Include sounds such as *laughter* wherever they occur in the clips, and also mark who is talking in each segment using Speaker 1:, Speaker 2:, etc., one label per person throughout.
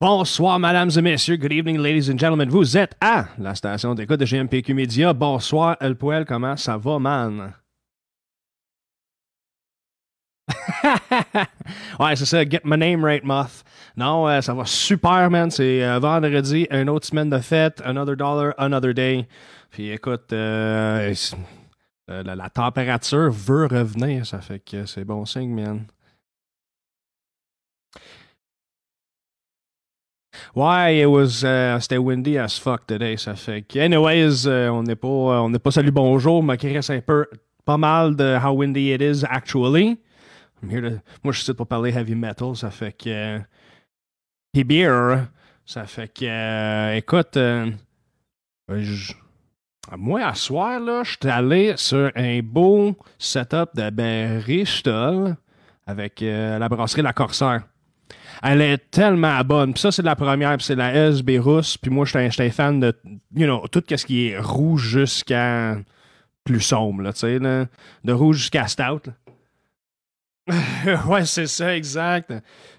Speaker 1: Bonsoir, mesdames et messieurs. Good evening, ladies and gentlemen. Vous êtes à la station d'écoute de GMPQ Media. Bonsoir, El Poel. Comment ça va, man? *laughs* ouais, c'est ça. Get my name right, Moth. Non, euh, ça va super, man. C'est euh, vendredi, une autre semaine de fête. Another dollar, another day. Puis écoute, euh, c'est- euh, la, la température veut revenir. Ça fait que c'est bon signe, man. Ouais, it was, euh, c'était windy as fuck today, ça fait que... Anyways, euh, on n'est pas, euh, on n'est pas salut bonjour, mais qui reste un peu, pas mal de how windy it is actually. I'm here to- moi, je suis ici pour parler heavy metal, ça fait que... euh, Puis beer, ça fait que... euh, écoute, euh, euh, j- moi, à soir, là, je suis allé sur un beau setup de ben Richtol avec euh, la brasserie La Corsaire. Elle est tellement bonne. Puis ça, c'est de la première, puis c'est de la SB russe. Puis moi, j'étais j'étais fan de, you know, tout ce qui est rouge jusqu'à plus sombre, là, tu sais, là. De rouge jusqu'à stout, là. *laughs* ouais, c'est ça, exact.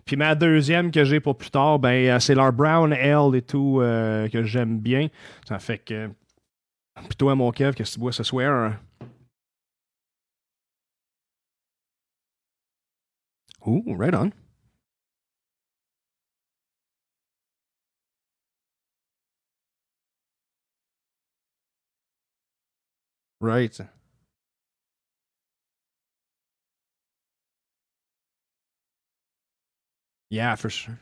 Speaker 1: Puis ma deuxième que j'ai pour plus tard, ben, euh, c'est leur brown ale et tout euh, que j'aime bien. Ça fait que... Puis toi, mon Kev, qu'est-ce que tu bois ce soir? hein? Ooh, right on. Right. Yeah, for sure.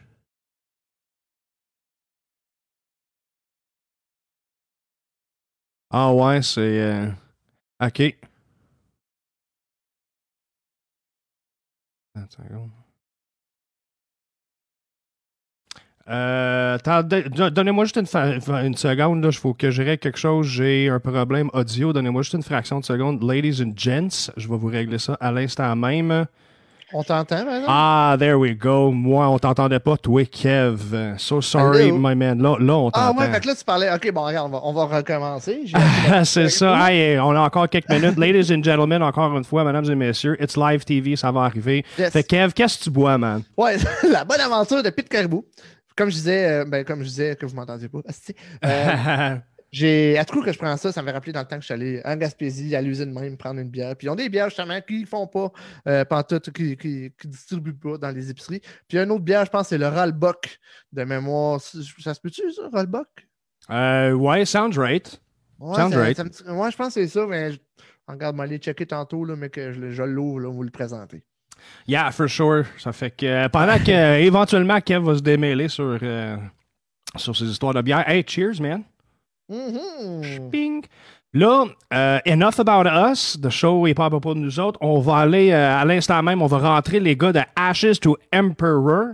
Speaker 1: Ah ouais, c'est... euh, OK. Attends une seconde. Euh, attendez, don- donnez-moi juste une, fa- fa- une seconde, il faut que je règle quelque chose. J'ai un problème audio. Donnez-moi juste une fraction de seconde. Ladies and gents, je vais vous régler ça à l'instant même.
Speaker 2: On t'entend maintenant?
Speaker 1: Ah, there we go. Moi, on t'entendait pas, toi, Kev. So sorry,
Speaker 2: Allô?
Speaker 1: my man. Là, là on
Speaker 2: Ah,
Speaker 1: t'entend. *laughs*
Speaker 2: ouais, fait que là, tu parlais. Ok, bon, regarde, on va, on va recommencer. J'ai-
Speaker 1: Ah, C'est ça. Hey, on a encore quelques minutes. Ladies and gentlemen, encore une fois, mesdames et messieurs, it's live TV, ça va arriver.
Speaker 2: Yes.
Speaker 1: Fait que, Kev, qu'est-ce que tu bois, man?
Speaker 2: ouais, *laughs* la bonne aventure de Pete Caribou. Comme je disais, euh, ben, comme je disais, que vous m'entendiez pas. *laughs* Asti. Euh,
Speaker 1: Ah.
Speaker 2: j'ai, à tout coup que je prends ça, ça m'a rappelé dans le temps que je suis allé en Gaspésie, à l'usine même, prendre une bière. Puis ils ont des bières, justement, qui font pas, euh, pantoute, qui, qui, qui distribuent pas dans les épiceries. Puis une autre bière, je pense, c'est le Ralbock de mémoire. Ça se peut-tu, ça, Ralbock?
Speaker 1: *laughs* euh, ouais, sounds right.
Speaker 2: Ouais,
Speaker 1: Sounds
Speaker 2: ça-
Speaker 1: right.
Speaker 2: ça me dit- ouais, je pense que c'est ça, mais je- regarde, moi aller checker tantôt, là, mais que je, le- je l'ouvre, là, vous le présenter.
Speaker 1: Yeah, for sure. Ça fait que euh, pendant que euh, éventuellement Kev va se démêler sur, euh, sur ses histoires de bière. Hey, cheers, man.
Speaker 2: Mhm.
Speaker 1: Ping. Là, euh, enough about us. The show est pas à propos de nous autres. On va aller euh, à l'instant même, on va rentrer les gars de Ashes to Emperor.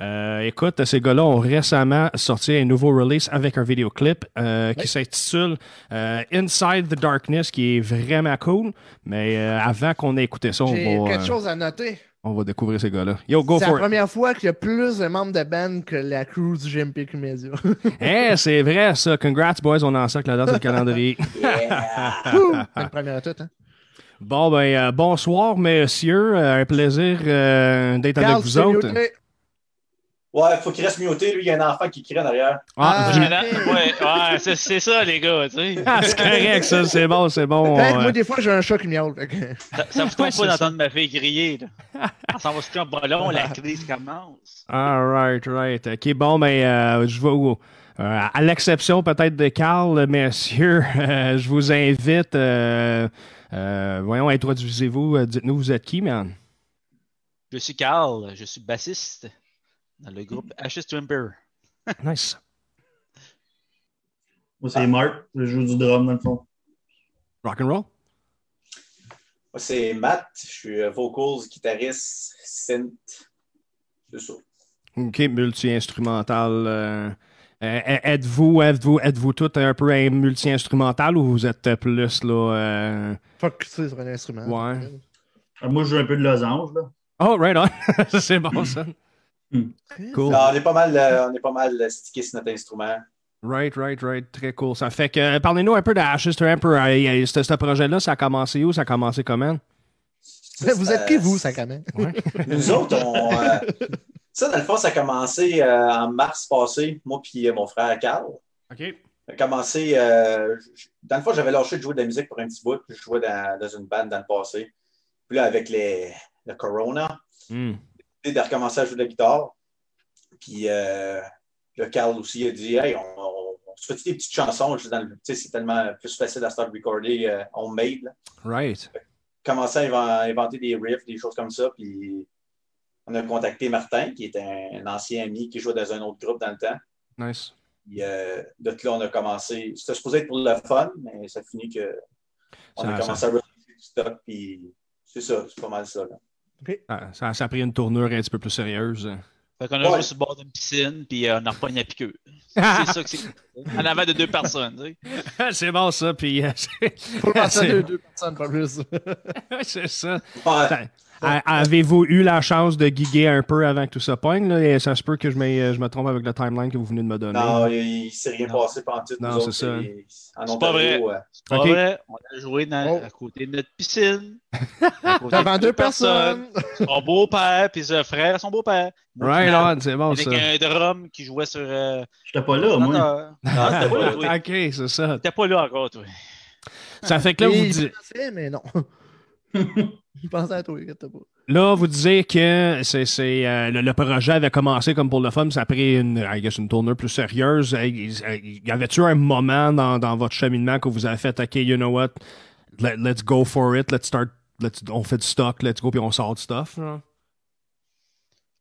Speaker 1: Euh, écoute, ces gars-là ont récemment sorti un nouveau release avec un vidéoclip euh, qui s'intitule euh, Inside the Darkness, qui est vraiment cool. Mais euh, avant qu'on ait écouté ça, on
Speaker 2: J'ai
Speaker 1: va,
Speaker 2: quelque
Speaker 1: euh,
Speaker 2: chose à noter.
Speaker 1: on va découvrir ces gars-là. Yo, go
Speaker 2: C'est la
Speaker 1: for it!
Speaker 2: première fois qu'il y a plus de membres de band que la crew du
Speaker 1: *laughs*
Speaker 2: GMPQ Media.
Speaker 1: Eh, c'est vrai ça. Congrats, boys, on encercle la date sur le calendrier.
Speaker 2: Ouh, c'est une première à tout, hein.
Speaker 1: bon, ben, euh, bonsoir, messieurs. Euh, un plaisir euh, d'être
Speaker 2: Carl,
Speaker 1: avec vous
Speaker 2: tu t'es
Speaker 1: autres.
Speaker 2: muté.
Speaker 3: Ouais, faut qu'il reste muté, lui, il y a un enfant qui crie en arrière.
Speaker 1: Ah,
Speaker 2: Ah.
Speaker 1: j'ai-
Speaker 4: Voilà. Ouais, ouais c'est, c'est ça, les gars, tu
Speaker 1: *laughs*
Speaker 4: sais.
Speaker 1: euh, Ah, c'est correct, ça. C'est bon, c'est bon.
Speaker 2: Hey,
Speaker 1: on, euh,
Speaker 2: Ben, moi, des fois, j'ai un chat qui miaule. fait que- *laughs*
Speaker 4: Ça, ça vous
Speaker 1: Ouais,
Speaker 4: tente
Speaker 1: c'est
Speaker 4: pas d'entendre ma fille griller, là. On s'en va se faire un ballon,
Speaker 1: Ah.
Speaker 4: la crise commence.
Speaker 1: All right, right. OK, bon, ben, euh, je vais... au- euh, à l'exception peut-être de Carl, messieurs, *laughs* euh, je vous invite... euh, euh, voyons, introduisez-vous. euh, Dites-nous, vous êtes qui,
Speaker 2: *laughs*
Speaker 1: man?
Speaker 4: Je suis Carl, je suis bassiste dans le groupe Ashes to Emperor.
Speaker 1: Nice.
Speaker 5: Moi, c'est Marc. Je joue du drum, dans le fond.
Speaker 1: Rock and roll?
Speaker 3: Moi, c'est Matt, je suis euh, vocals, guitariste, synth. C'est ça.
Speaker 1: OK, multi-instrumental. euh, euh, êtes-vous, êtes-vous, êtes-vous tout un peu un multi-instrumental ou vous êtes plus là. euh,
Speaker 2: Fuck, tu sais, sur un instrument.
Speaker 1: Ouais.
Speaker 5: Alors, Euh, moi, je joue un peu de losange, là.
Speaker 1: Oh, right on! *laughs* C'est bon ça. Cool.
Speaker 3: Non, on est pas mal, euh, on est pas mal euh, stické sur notre instrument.
Speaker 1: Right, right, right. Très cool. Ça fait que. euh, Parlez-nous un peu de Ashes to Emperor. Hey, hey, Ce ce projet-là, ça a commencé où? Ça a commencé comment?
Speaker 3: Ça,
Speaker 2: Vous
Speaker 3: c'est,
Speaker 2: êtes qui,
Speaker 3: euh,
Speaker 1: *laughs*
Speaker 2: vous, sacrément?
Speaker 3: Nous autres, on, euh, Ça, dans le fond, ça a commencé euh, en mars passé, moi puis euh, mon frère Carl.
Speaker 1: OK.
Speaker 3: Ça a commencé, euh, j- j- dans le fond, j'avais lâché de jouer de la musique pour un petit bout, puis je jouais dans, dans une bande dans le passé. Puis là, avec les, le corona,
Speaker 1: Hmm.
Speaker 3: j'ai décidé de recommencer à jouer de la guitare. Puis euh, le Carl aussi a dit Hey, on, on- on se fait des petites chansons. Je dis, dans le- Tu sais, c'est tellement plus facile à se faire recorder euh, homemade. là.
Speaker 1: Right.
Speaker 3: Commencer à inven- inventer des riffs, des choses comme ça. Puis on a contacté Martin, qui est un, ancien ami qui jouait dans un autre groupe dans le temps.
Speaker 1: Nice.
Speaker 3: Puis euh, de là, on a commencé. C'était supposé être pour le fun, mais ça finit que. On
Speaker 1: Ça-
Speaker 3: a commencé à relancer du stock, puis c'est ça, c'est pas mal ça. là.
Speaker 1: Ah, ça, ça a pris une tournure un petit peu plus sérieuse.
Speaker 4: Fait qu'on a
Speaker 3: Ouais.
Speaker 4: joué sur le bord d'une piscine, puis euh, on a repogné à piqueux.
Speaker 1: Ah.
Speaker 4: c'est ça que c'est. En avant de deux personnes, tu
Speaker 1: *laughs*
Speaker 4: sais.
Speaker 1: c'est bon ça, puis euh, c'est-
Speaker 2: Pour le passer à
Speaker 1: c'est-
Speaker 2: deux, deux personnes, pas plus.
Speaker 1: *laughs* c'est ça.
Speaker 3: Ouais,
Speaker 1: Ça- a- Avez-vous eu la chance de giguer un peu avant que tout ça pogne? là? Et ça se peut que je, m'aie- euh, je me trompe avec le timeline que vous venez de me donner.
Speaker 3: non, il, il s'est rien
Speaker 4: Non.
Speaker 3: passé pendant tout.
Speaker 1: Non,
Speaker 3: nous
Speaker 1: c'est ça.
Speaker 3: autres, et- En Ontario,
Speaker 4: C'est
Speaker 3: euh,
Speaker 4: pas vrai.
Speaker 3: ouais.
Speaker 4: C'est pas
Speaker 1: Ok.
Speaker 4: vrai, on a joué dans-
Speaker 2: Oh.
Speaker 4: à côté de notre piscine. à côté
Speaker 2: Devant
Speaker 4: de
Speaker 2: deux personnes.
Speaker 4: Son beau-père, puis son frère à son beau-père.
Speaker 1: Right on, c'est bon
Speaker 4: Avec
Speaker 1: ça. Ah,
Speaker 4: un drum qui jouait sur. euh,
Speaker 5: J'étais pas là,
Speaker 4: non,
Speaker 5: moi.
Speaker 4: non, *laughs*
Speaker 3: Ah,
Speaker 4: t'étais pas
Speaker 1: *laughs*
Speaker 4: là, toi.
Speaker 1: ok, c'est ça.
Speaker 4: T'étais pas là encore, toi.
Speaker 1: Ça fait que là, vous
Speaker 2: Et
Speaker 1: dites.
Speaker 2: Il pensait, mais
Speaker 1: *laughs*
Speaker 2: non. Il pensait à toi, inquiète pas.
Speaker 1: Là, vous disiez que c'est, c'est, euh, le, le projet avait commencé comme pour le fun, ça a pris une, I guess, une tournure plus sérieuse. Euh, il- euh, il- Y avait-tu un moment dans, dans votre cheminement que vous avez fait, OK, you know what, let- let's go for it, let's start, let's- on fait du stock, let's go, puis on sort du stuff? là?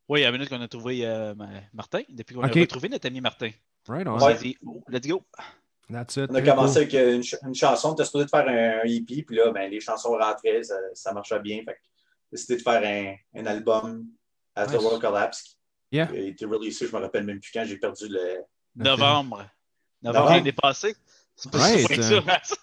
Speaker 4: Oui, il y a une minute qu'on a trouvé euh, Ma- Martin, depuis qu'on
Speaker 1: Ok.
Speaker 4: a retrouvé notre ami Martin.
Speaker 1: Right
Speaker 4: On
Speaker 1: on.
Speaker 4: s'est
Speaker 3: Ouais.
Speaker 4: dit, oh, let's go.
Speaker 1: That's it.
Speaker 3: On a commencé avec euh, une, ch- une chanson, on était supposé de faire un, un EP, puis là, ben, les chansons rentraient, ça, ça marchait bien. Fait que j'ai décidé de faire un, un album, As the
Speaker 1: Nice.
Speaker 3: World Collapse.
Speaker 1: Yeah.
Speaker 3: Il a été releasé, je me rappelle même plus quand j'ai perdu
Speaker 1: *laughs*
Speaker 3: le.
Speaker 4: Novembre. Novembre
Speaker 3: Novembre.
Speaker 4: l'année passée. C'est pas
Speaker 1: Right.
Speaker 4: si loin que ça,
Speaker 1: *laughs*
Speaker 4: Max.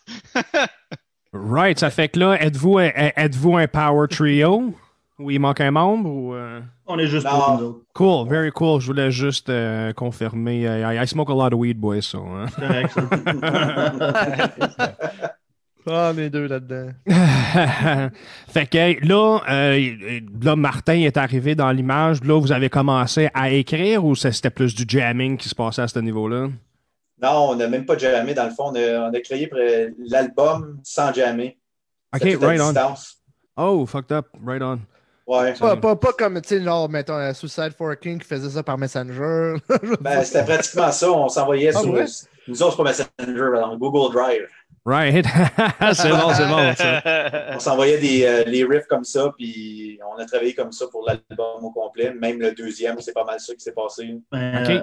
Speaker 1: Right, ça fait que là, êtes-vous un, un- êtes-vous un power trio? Ou il manque un membre? Ou, euh,
Speaker 5: On est juste
Speaker 3: Non.
Speaker 5: pour nous autres.
Speaker 1: Cool, very cool. Je voulais juste euh, confirmer. euh, I, I smoke a lot of weed, boy, so. hein.
Speaker 5: C'est correct, ça.
Speaker 2: Ah, on est deux là-dedans.
Speaker 1: *laughs* fait que hey, là, euh, là, Martin est arrivé dans l'image. Là, vous avez commencé à écrire ou ça, c'était plus du jamming qui se passait à ce niveau-là?
Speaker 3: Non, on n'a même pas jammé. Dans le fond, on a, on a créé euh, l'album sans jammer. C'était
Speaker 1: Ok,
Speaker 3: tout à
Speaker 1: right on.
Speaker 3: distance.
Speaker 1: Oh, fucked up, right on.
Speaker 3: Ouais.
Speaker 2: Pas, pas, pas comme, tu sais, genre, mettons, euh, Suicide for King qui faisait ça par Messenger. *laughs*
Speaker 3: Ben, c'était pratiquement ça. On s'envoyait
Speaker 2: Ah,
Speaker 3: sur.
Speaker 2: ouais?
Speaker 3: Nous autres, pas Messenger, mais dans Google Drive.
Speaker 1: Right. *laughs* c'est bon, c'est bon, ça.
Speaker 3: On s'envoyait des euh, les riffs comme ça, puis on a travaillé comme ça pour l'album au complet. Même le deuxième, c'est pas mal ça qui s'est passé.
Speaker 5: Ben,
Speaker 1: Ok.
Speaker 5: euh,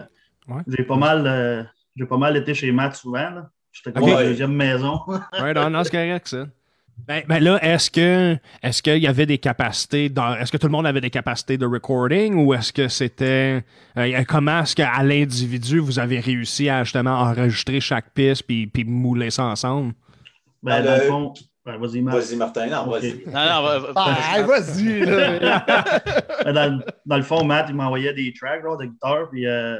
Speaker 1: Ouais.
Speaker 5: J'ai pas mal euh, j'ai pas mal été chez Matt souvent. là. J'étais comme
Speaker 1: Ok.
Speaker 5: dans la deuxième maison.
Speaker 1: Right on, non, c'est correct, ça. Ben, ben là, est-ce que est-ce qu'il y avait des capacités dans- est-ce que tout le monde avait des capacités de recording ou est-ce que c'était euh, comment est-ce qu'à l'individu vous avez réussi à justement enregistrer chaque piste puis, puis mouler ça ensemble?
Speaker 5: Ben,
Speaker 3: Dans
Speaker 5: dans le
Speaker 3: le-
Speaker 5: fond. Ben, vas-y, Matt.
Speaker 3: Vas-y, Martin, non,
Speaker 5: Ok.
Speaker 3: vas-y.
Speaker 4: Non, non, va- va-
Speaker 2: Ah, hey, vas-y,
Speaker 1: *laughs*
Speaker 2: là.
Speaker 5: Ben, dans, le- dans le fond, Matt, il m'envoyait des tracks genre, de guitare, puis euh,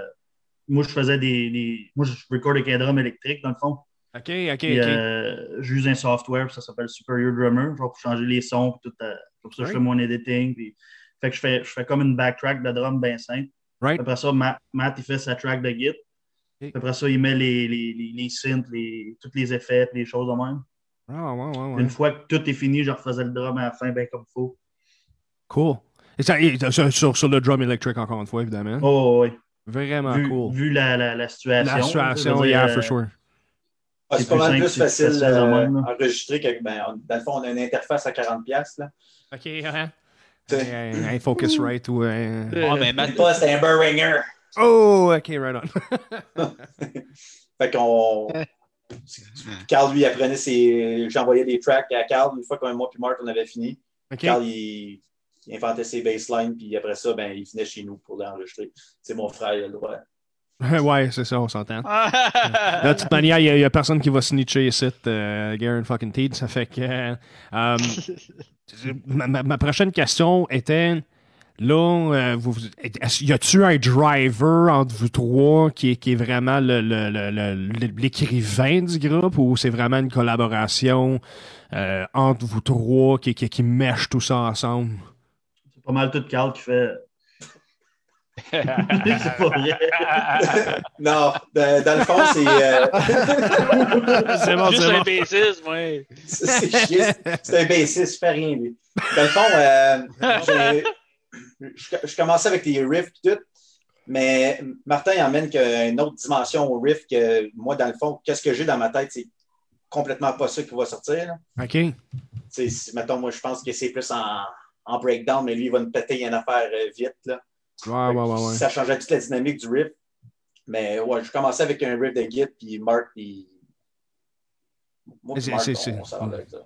Speaker 5: moi, je faisais des, des- Moi, je record avec un drum électrique, dans le fond.
Speaker 1: OK, OK,
Speaker 5: Puis euh, j'use un software, puis ça s'appelle Superior Drummer, genre pour changer les sons, puis tout. euh, pour ça, je
Speaker 1: Right.
Speaker 5: fais mon editing. Puis... Fait que je fais, je fais comme une backtrack de drum bien simple.
Speaker 1: Right.
Speaker 5: Après ça, Ma- Matt, il fait sa track de git.
Speaker 1: Ok.
Speaker 5: Après ça, il met les, les, les, les synths, les, tous les effets, puis les choses en même.
Speaker 1: Ah, ouais, ouais, ouais.
Speaker 5: Une fois que tout est fini, je refaisais le drum à la fin, bien comme il faut.
Speaker 1: Cool. Et ça, et sur, sur- sur le drum electric, encore une fois, évidemment.
Speaker 5: Oh, ouais.
Speaker 1: Vraiment
Speaker 5: vu,
Speaker 1: Mm. Ah, cool.
Speaker 5: vu la, la, la situation.
Speaker 1: La
Speaker 5: je
Speaker 1: situation,
Speaker 5: veux dire,
Speaker 1: yeah,
Speaker 5: euh,
Speaker 1: for sure.
Speaker 3: Ah,
Speaker 5: C'est
Speaker 3: c'est pas mal
Speaker 5: plus
Speaker 3: plus
Speaker 5: simple,
Speaker 3: facile
Speaker 5: c'est facile de
Speaker 3: euh,
Speaker 5: même, là.
Speaker 3: enregistrer que. Ben, on- dans le fond, on a une interface à 40$. piastres, Là.
Speaker 1: OK, hein?
Speaker 3: T'sais.
Speaker 1: Un, un Focusrite ou un...
Speaker 4: Ah, ben, Matt,
Speaker 3: Même
Speaker 4: *laughs*
Speaker 3: pas, c'est un Behringer.
Speaker 1: Oh, OK, right on.
Speaker 3: *laughs*
Speaker 1: *laughs*
Speaker 3: Fait qu'on. Carl, lui, apprenait ses. J'envoyais des tracks à Carl une fois que moi et Mark, on avait fini.
Speaker 1: OK.
Speaker 3: Carl, il, il inventait ses baselines, puis après ça, ben, il venait chez nous pour l'enregistrer. C'est mon frère, il a le droit.
Speaker 1: *laughs* ouais, c'est ça, on s'entend.
Speaker 4: Ah,
Speaker 1: De toute manière, il n'y a, personne qui va snitcher ici, euh, Garen fucking Teed. Ça fait que. euh, euh, ma, ma- ma prochaine question était là, euh, vous, vous- est-ce- y a-tu un driver entre vous trois qui est, qui est vraiment le- le- le- le- l'écrivain du groupe ou c'est vraiment une collaboration euh, entre vous trois qui, qui, qui mèche tout ça ensemble? *laughs*
Speaker 5: *laughs* C'est pas mal tout Carl qui fait. c'est pas vrai.
Speaker 3: *laughs* Non, de- dans le fond, c'est euh,
Speaker 1: C'est bon,
Speaker 4: Juste
Speaker 1: c'est
Speaker 4: un
Speaker 1: bon.
Speaker 4: bassiste, ouais.
Speaker 3: c'est chiant. C'est un bassiste, je fais rien, lui. Dans le fond, euh, j'ai- je, je commençais avec les riffs et tout, mais Martin il emmène que- une autre dimension au riff que moi, dans le fond, qu'est-ce que j'ai dans ma tête, c'est complètement pas ça qui va sortir. là.
Speaker 1: OK.
Speaker 3: Tu sais, si- mettons, moi, je pense que c'est plus en, en breakdown, mais lui, il va nous péter une affaire euh, vite. Là.
Speaker 1: Ouais, Ah, ouais, ouais, ouais.
Speaker 3: Ça changeait toute la dynamique du riff. Mais ouais, je commençais avec un riff de Git, puis Mark, puis. Moi, puis
Speaker 1: C'est-
Speaker 3: Mark,
Speaker 1: c'est- c'est-
Speaker 3: on s'en va avec ça.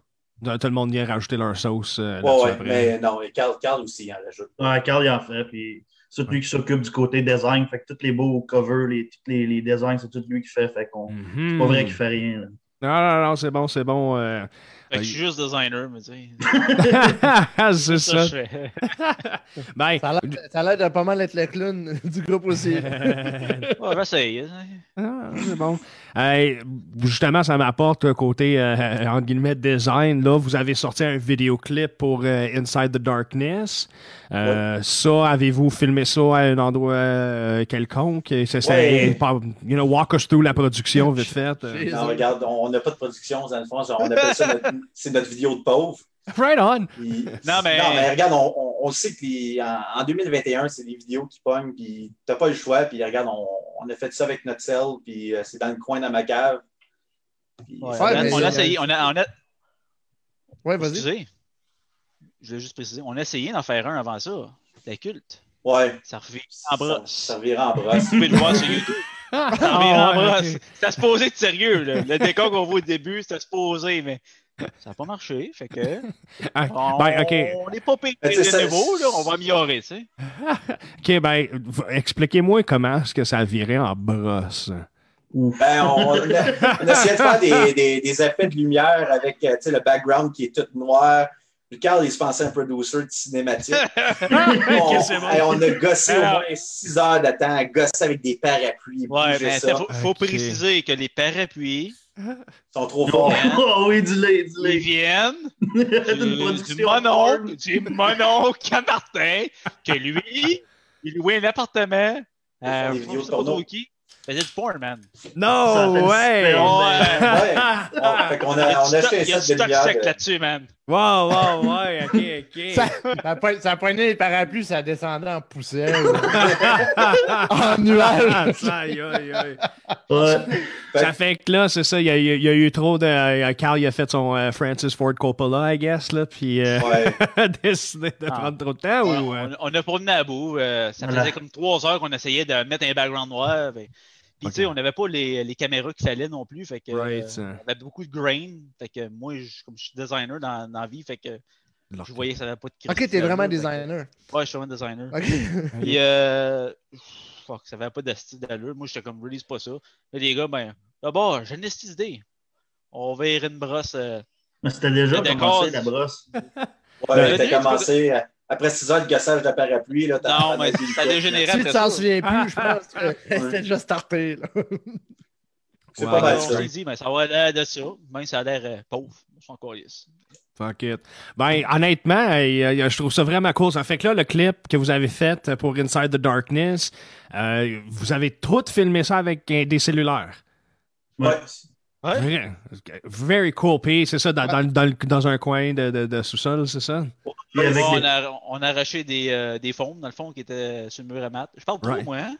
Speaker 1: Tout le monde vient rajouter leur sauce euh,
Speaker 3: Ouais,
Speaker 1: là-dessus
Speaker 3: ouais,
Speaker 1: après.
Speaker 3: mais non, et Carl, Carl aussi en rajoute.
Speaker 5: Ouais, Carl, il en fait. Puis c'est lui qui s'occupe du côté design. Fait que tous les beaux covers, les, tous les, les designs, c'est tout lui qui fait. Fait qu'on.
Speaker 1: Mhm.
Speaker 5: C'est pas vrai qu'il fait rien. là. *laughs*
Speaker 1: Non, non, non, c'est bon, c'est bon. euh. *laughs*
Speaker 4: Fait que je suis juste designer, mais tu sais.
Speaker 1: c'est
Speaker 4: Ça,
Speaker 1: ça.
Speaker 4: je fais.
Speaker 1: Ben, *laughs*
Speaker 2: Ça a l'air- ça a l'air de pas mal être le clown *laughs* du groupe aussi.
Speaker 4: *laughs* Ouais, j'essaye. hein.
Speaker 1: Ah, c'est bon. Hey, justement, ça m'apporte le côté, euh, entre guillemets, design. Là, vous avez sorti un vidéoclip pour euh, Inside the Darkness. Euh, Ça, avez-vous filmé ça à un endroit euh, quelconque? Et C'est, c'est-
Speaker 3: Ouais.
Speaker 1: par- you know, walk us through la production, vite fait. Euh,
Speaker 2: J'ai-
Speaker 3: Non, regarde, on on n'a pas de production, dans le fond, on appelle ça notre, c'est notre vidéo de pauvre.
Speaker 1: Right on!
Speaker 3: Puis-
Speaker 4: Non, mais-
Speaker 3: regarde, on, on- on sait que les- en, en 2021, c'est des vidéos qui pognent, puis t'as pas le choix, puis regarde, on, on a fait ça avec notre selle, puis euh, c'est dans le coin dans ma cave. Puis-
Speaker 4: On
Speaker 2: Ouais,
Speaker 4: a-
Speaker 2: mais-
Speaker 4: on a essayé. On a, on a-
Speaker 2: Ouais, vas-y.
Speaker 4: excusez. Je voulais juste préciser. On a essayé d'en faire un avant ça. La culte.
Speaker 3: ouais.
Speaker 4: Ça revient
Speaker 3: Ça,
Speaker 4: en brosse.
Speaker 3: ça vira en
Speaker 4: *laughs*
Speaker 3: brosse.
Speaker 4: Vous pouvez le voir sur YouTube. Ça revient
Speaker 1: Ah,
Speaker 4: en
Speaker 1: ouais,
Speaker 4: brosse.
Speaker 1: ok.
Speaker 4: C'était supposé être sérieux. Là. Le décor qu'on voit au début, c'était supposé, mais ça n'a pas marché. Fait que.
Speaker 1: Ah,
Speaker 4: On
Speaker 1: ben, ok.
Speaker 4: on n'est pas payé
Speaker 3: Mais tu sais,
Speaker 4: de
Speaker 3: Ben, ça-
Speaker 4: nouveau. Là. On va améliorer,
Speaker 3: *laughs*
Speaker 4: tu sais.
Speaker 1: OK, ben, v- expliquez-moi comment est-ce que ça virait en brosse.
Speaker 5: Ouf.
Speaker 3: Ben, on, on a- on essayait
Speaker 1: *laughs*
Speaker 3: de faire des, des- des effets de lumière avec euh, tu sais, le background qui est tout noir. Puis Carl, il se pensait un producer de
Speaker 4: *laughs*
Speaker 3: cinématique. on,
Speaker 4: c'est bon.
Speaker 3: hey, on a gossé au
Speaker 4: Alors-
Speaker 3: moins 6 heures de temps à gosser avec des parapluies.
Speaker 4: Ouais, ben,
Speaker 3: Ouais,
Speaker 4: mais
Speaker 3: ça.
Speaker 4: il faut, faut
Speaker 1: Ok.
Speaker 4: préciser que
Speaker 3: *laughs*
Speaker 4: les parapluies,
Speaker 3: Ils sont trop forts.
Speaker 5: oh oui, dis-le,
Speaker 4: ils
Speaker 5: dis-le.
Speaker 4: viennent
Speaker 5: C'est *laughs* une
Speaker 4: du, du
Speaker 5: production.
Speaker 4: mononcle, du mononcle à Martin, que lui, il louait un appartement à
Speaker 3: Des
Speaker 4: je sais
Speaker 3: vidéos
Speaker 4: pas trop
Speaker 3: porno.
Speaker 4: qui, il faisait du porn, man.
Speaker 5: Ça fait
Speaker 1: No
Speaker 5: du
Speaker 1: way!
Speaker 5: super
Speaker 4: Ouais.
Speaker 3: Ouais. On, fait qu'on
Speaker 4: Ah. Il y
Speaker 3: a,
Speaker 4: a
Speaker 3: on a
Speaker 4: du
Speaker 3: acheté
Speaker 4: stock-
Speaker 3: un
Speaker 4: il y a du
Speaker 3: set de
Speaker 4: stock
Speaker 3: lumière.
Speaker 4: sec
Speaker 3: de-
Speaker 4: là-dessus, man.
Speaker 1: *laughs* Wow, wow, ouais, OK, OK.
Speaker 2: *laughs* Ça, ça, prenait- ça prenait les parapluies, ça descendait
Speaker 1: *laughs*
Speaker 2: en poussière. en nuage.
Speaker 1: Ah, Aïe, aïe, aïe.
Speaker 5: Ouais.
Speaker 1: Ça fait que là, c'est ça, il y, a- il y a eu trop de. euh, Carl, il a fait son euh, Francis Ford Coppola, I guess, là, puis euh,
Speaker 4: *laughs*
Speaker 3: Ouais.
Speaker 1: *laughs* a décidé de prendre trop de temps ou. euh,
Speaker 4: On, on a promené à bout. euh, ça
Speaker 5: Voilà.
Speaker 4: faisait comme trois heures qu'on essayait de mettre un background noir. ben. Puis, tu sais, on n'avait pas les, les caméras qu'il fallait non plus. Fait que,
Speaker 1: Right.
Speaker 4: euh, on avait beaucoup de grain. Fait que moi, je, comme je suis designer dans, dans la vie, fait que je voyais que ça n'avait pas de
Speaker 2: Ok,
Speaker 4: critique
Speaker 2: t'es vraiment
Speaker 4: là-dedans, fait que-
Speaker 2: designer.
Speaker 4: Ouais, je suis vraiment designer.
Speaker 1: *laughs*
Speaker 2: Ok.
Speaker 4: Puis, euh, fuck, ça n'avait pas d'asti d'allure. Moi, j'étais comme, release pas ça. Là, les gars, ben, d'abord, j'ai une esti idée. On va y une brosse. euh,
Speaker 5: Mais C'était déjà
Speaker 4: Mais
Speaker 5: commencé
Speaker 4: d'accord.
Speaker 5: la brosse.
Speaker 3: Ouais,
Speaker 4: Le
Speaker 3: t'as
Speaker 4: truc,
Speaker 3: commencé euh, après 6 heures de gossage de parapluie. Là, t'as-
Speaker 4: Non,
Speaker 3: t'en as
Speaker 4: mais
Speaker 3: vu
Speaker 4: ça
Speaker 3: une couple,
Speaker 4: dégénérait
Speaker 2: Si
Speaker 4: après
Speaker 2: tu
Speaker 4: ça.
Speaker 2: t'en souviens plus, je pense
Speaker 1: *laughs*
Speaker 2: que c'était déjà starté. là.
Speaker 3: C'est
Speaker 1: Ouais,
Speaker 3: pas mal
Speaker 4: on
Speaker 3: ça.
Speaker 4: s'est dit, mais ça va l'air de ça. Même ça a l'air euh, pauvre. Je suis encore lisse.
Speaker 1: Fuck it. Ben, honnêtement, euh, euh, je trouve ça vraiment cool. Ça fait que là, le clip que vous avez fait pour Inside the Darkness, euh, vous avez tout filmé ça avec euh, des cellulaires.
Speaker 3: Ouais.
Speaker 4: Ouais.
Speaker 1: Vrai. Very cool. Puis c'est ça, dans, dans, dans le- dans un coin de, de- de sous-sol, c'est ça?
Speaker 5: Puis avec
Speaker 4: Bon,
Speaker 5: les-
Speaker 4: on, a, on a arraché des, euh, des fonds, dans le fond, qui étaient sur le mur à mat. Je parle trop,
Speaker 1: Right.
Speaker 4: moi, hein?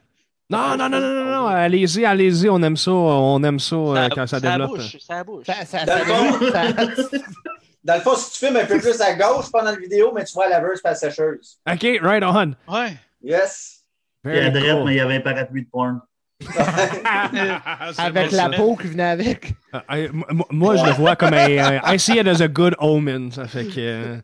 Speaker 1: Non, non, non, non, non, non. Allez-y, allez-y. On aime ça. On aime ça euh, quand ça
Speaker 4: la
Speaker 1: développe.
Speaker 4: bouche, ça bouche.
Speaker 2: Ça, ça, ça,
Speaker 3: D'accord.
Speaker 5: *laughs*
Speaker 2: ça-
Speaker 3: Dans le fond, si tu filmes un peu plus à gauche pendant la vidéo, mais tu vois la laveuse pas la sécheuse.
Speaker 1: OK, right on.
Speaker 4: Ouais.
Speaker 3: Yes.
Speaker 5: Il y
Speaker 1: Very
Speaker 5: a drette,
Speaker 1: cool.
Speaker 5: mais il y avait un parapluie de porn.
Speaker 1: *laughs* C'est
Speaker 2: avec
Speaker 1: bon,
Speaker 2: la
Speaker 1: ça.
Speaker 2: peau qui
Speaker 1: *laughs*
Speaker 2: venait avec.
Speaker 1: Euh, euh, m- m- moi, je le vois comme un. un- I see it as a good omen. Ça fait que. euh,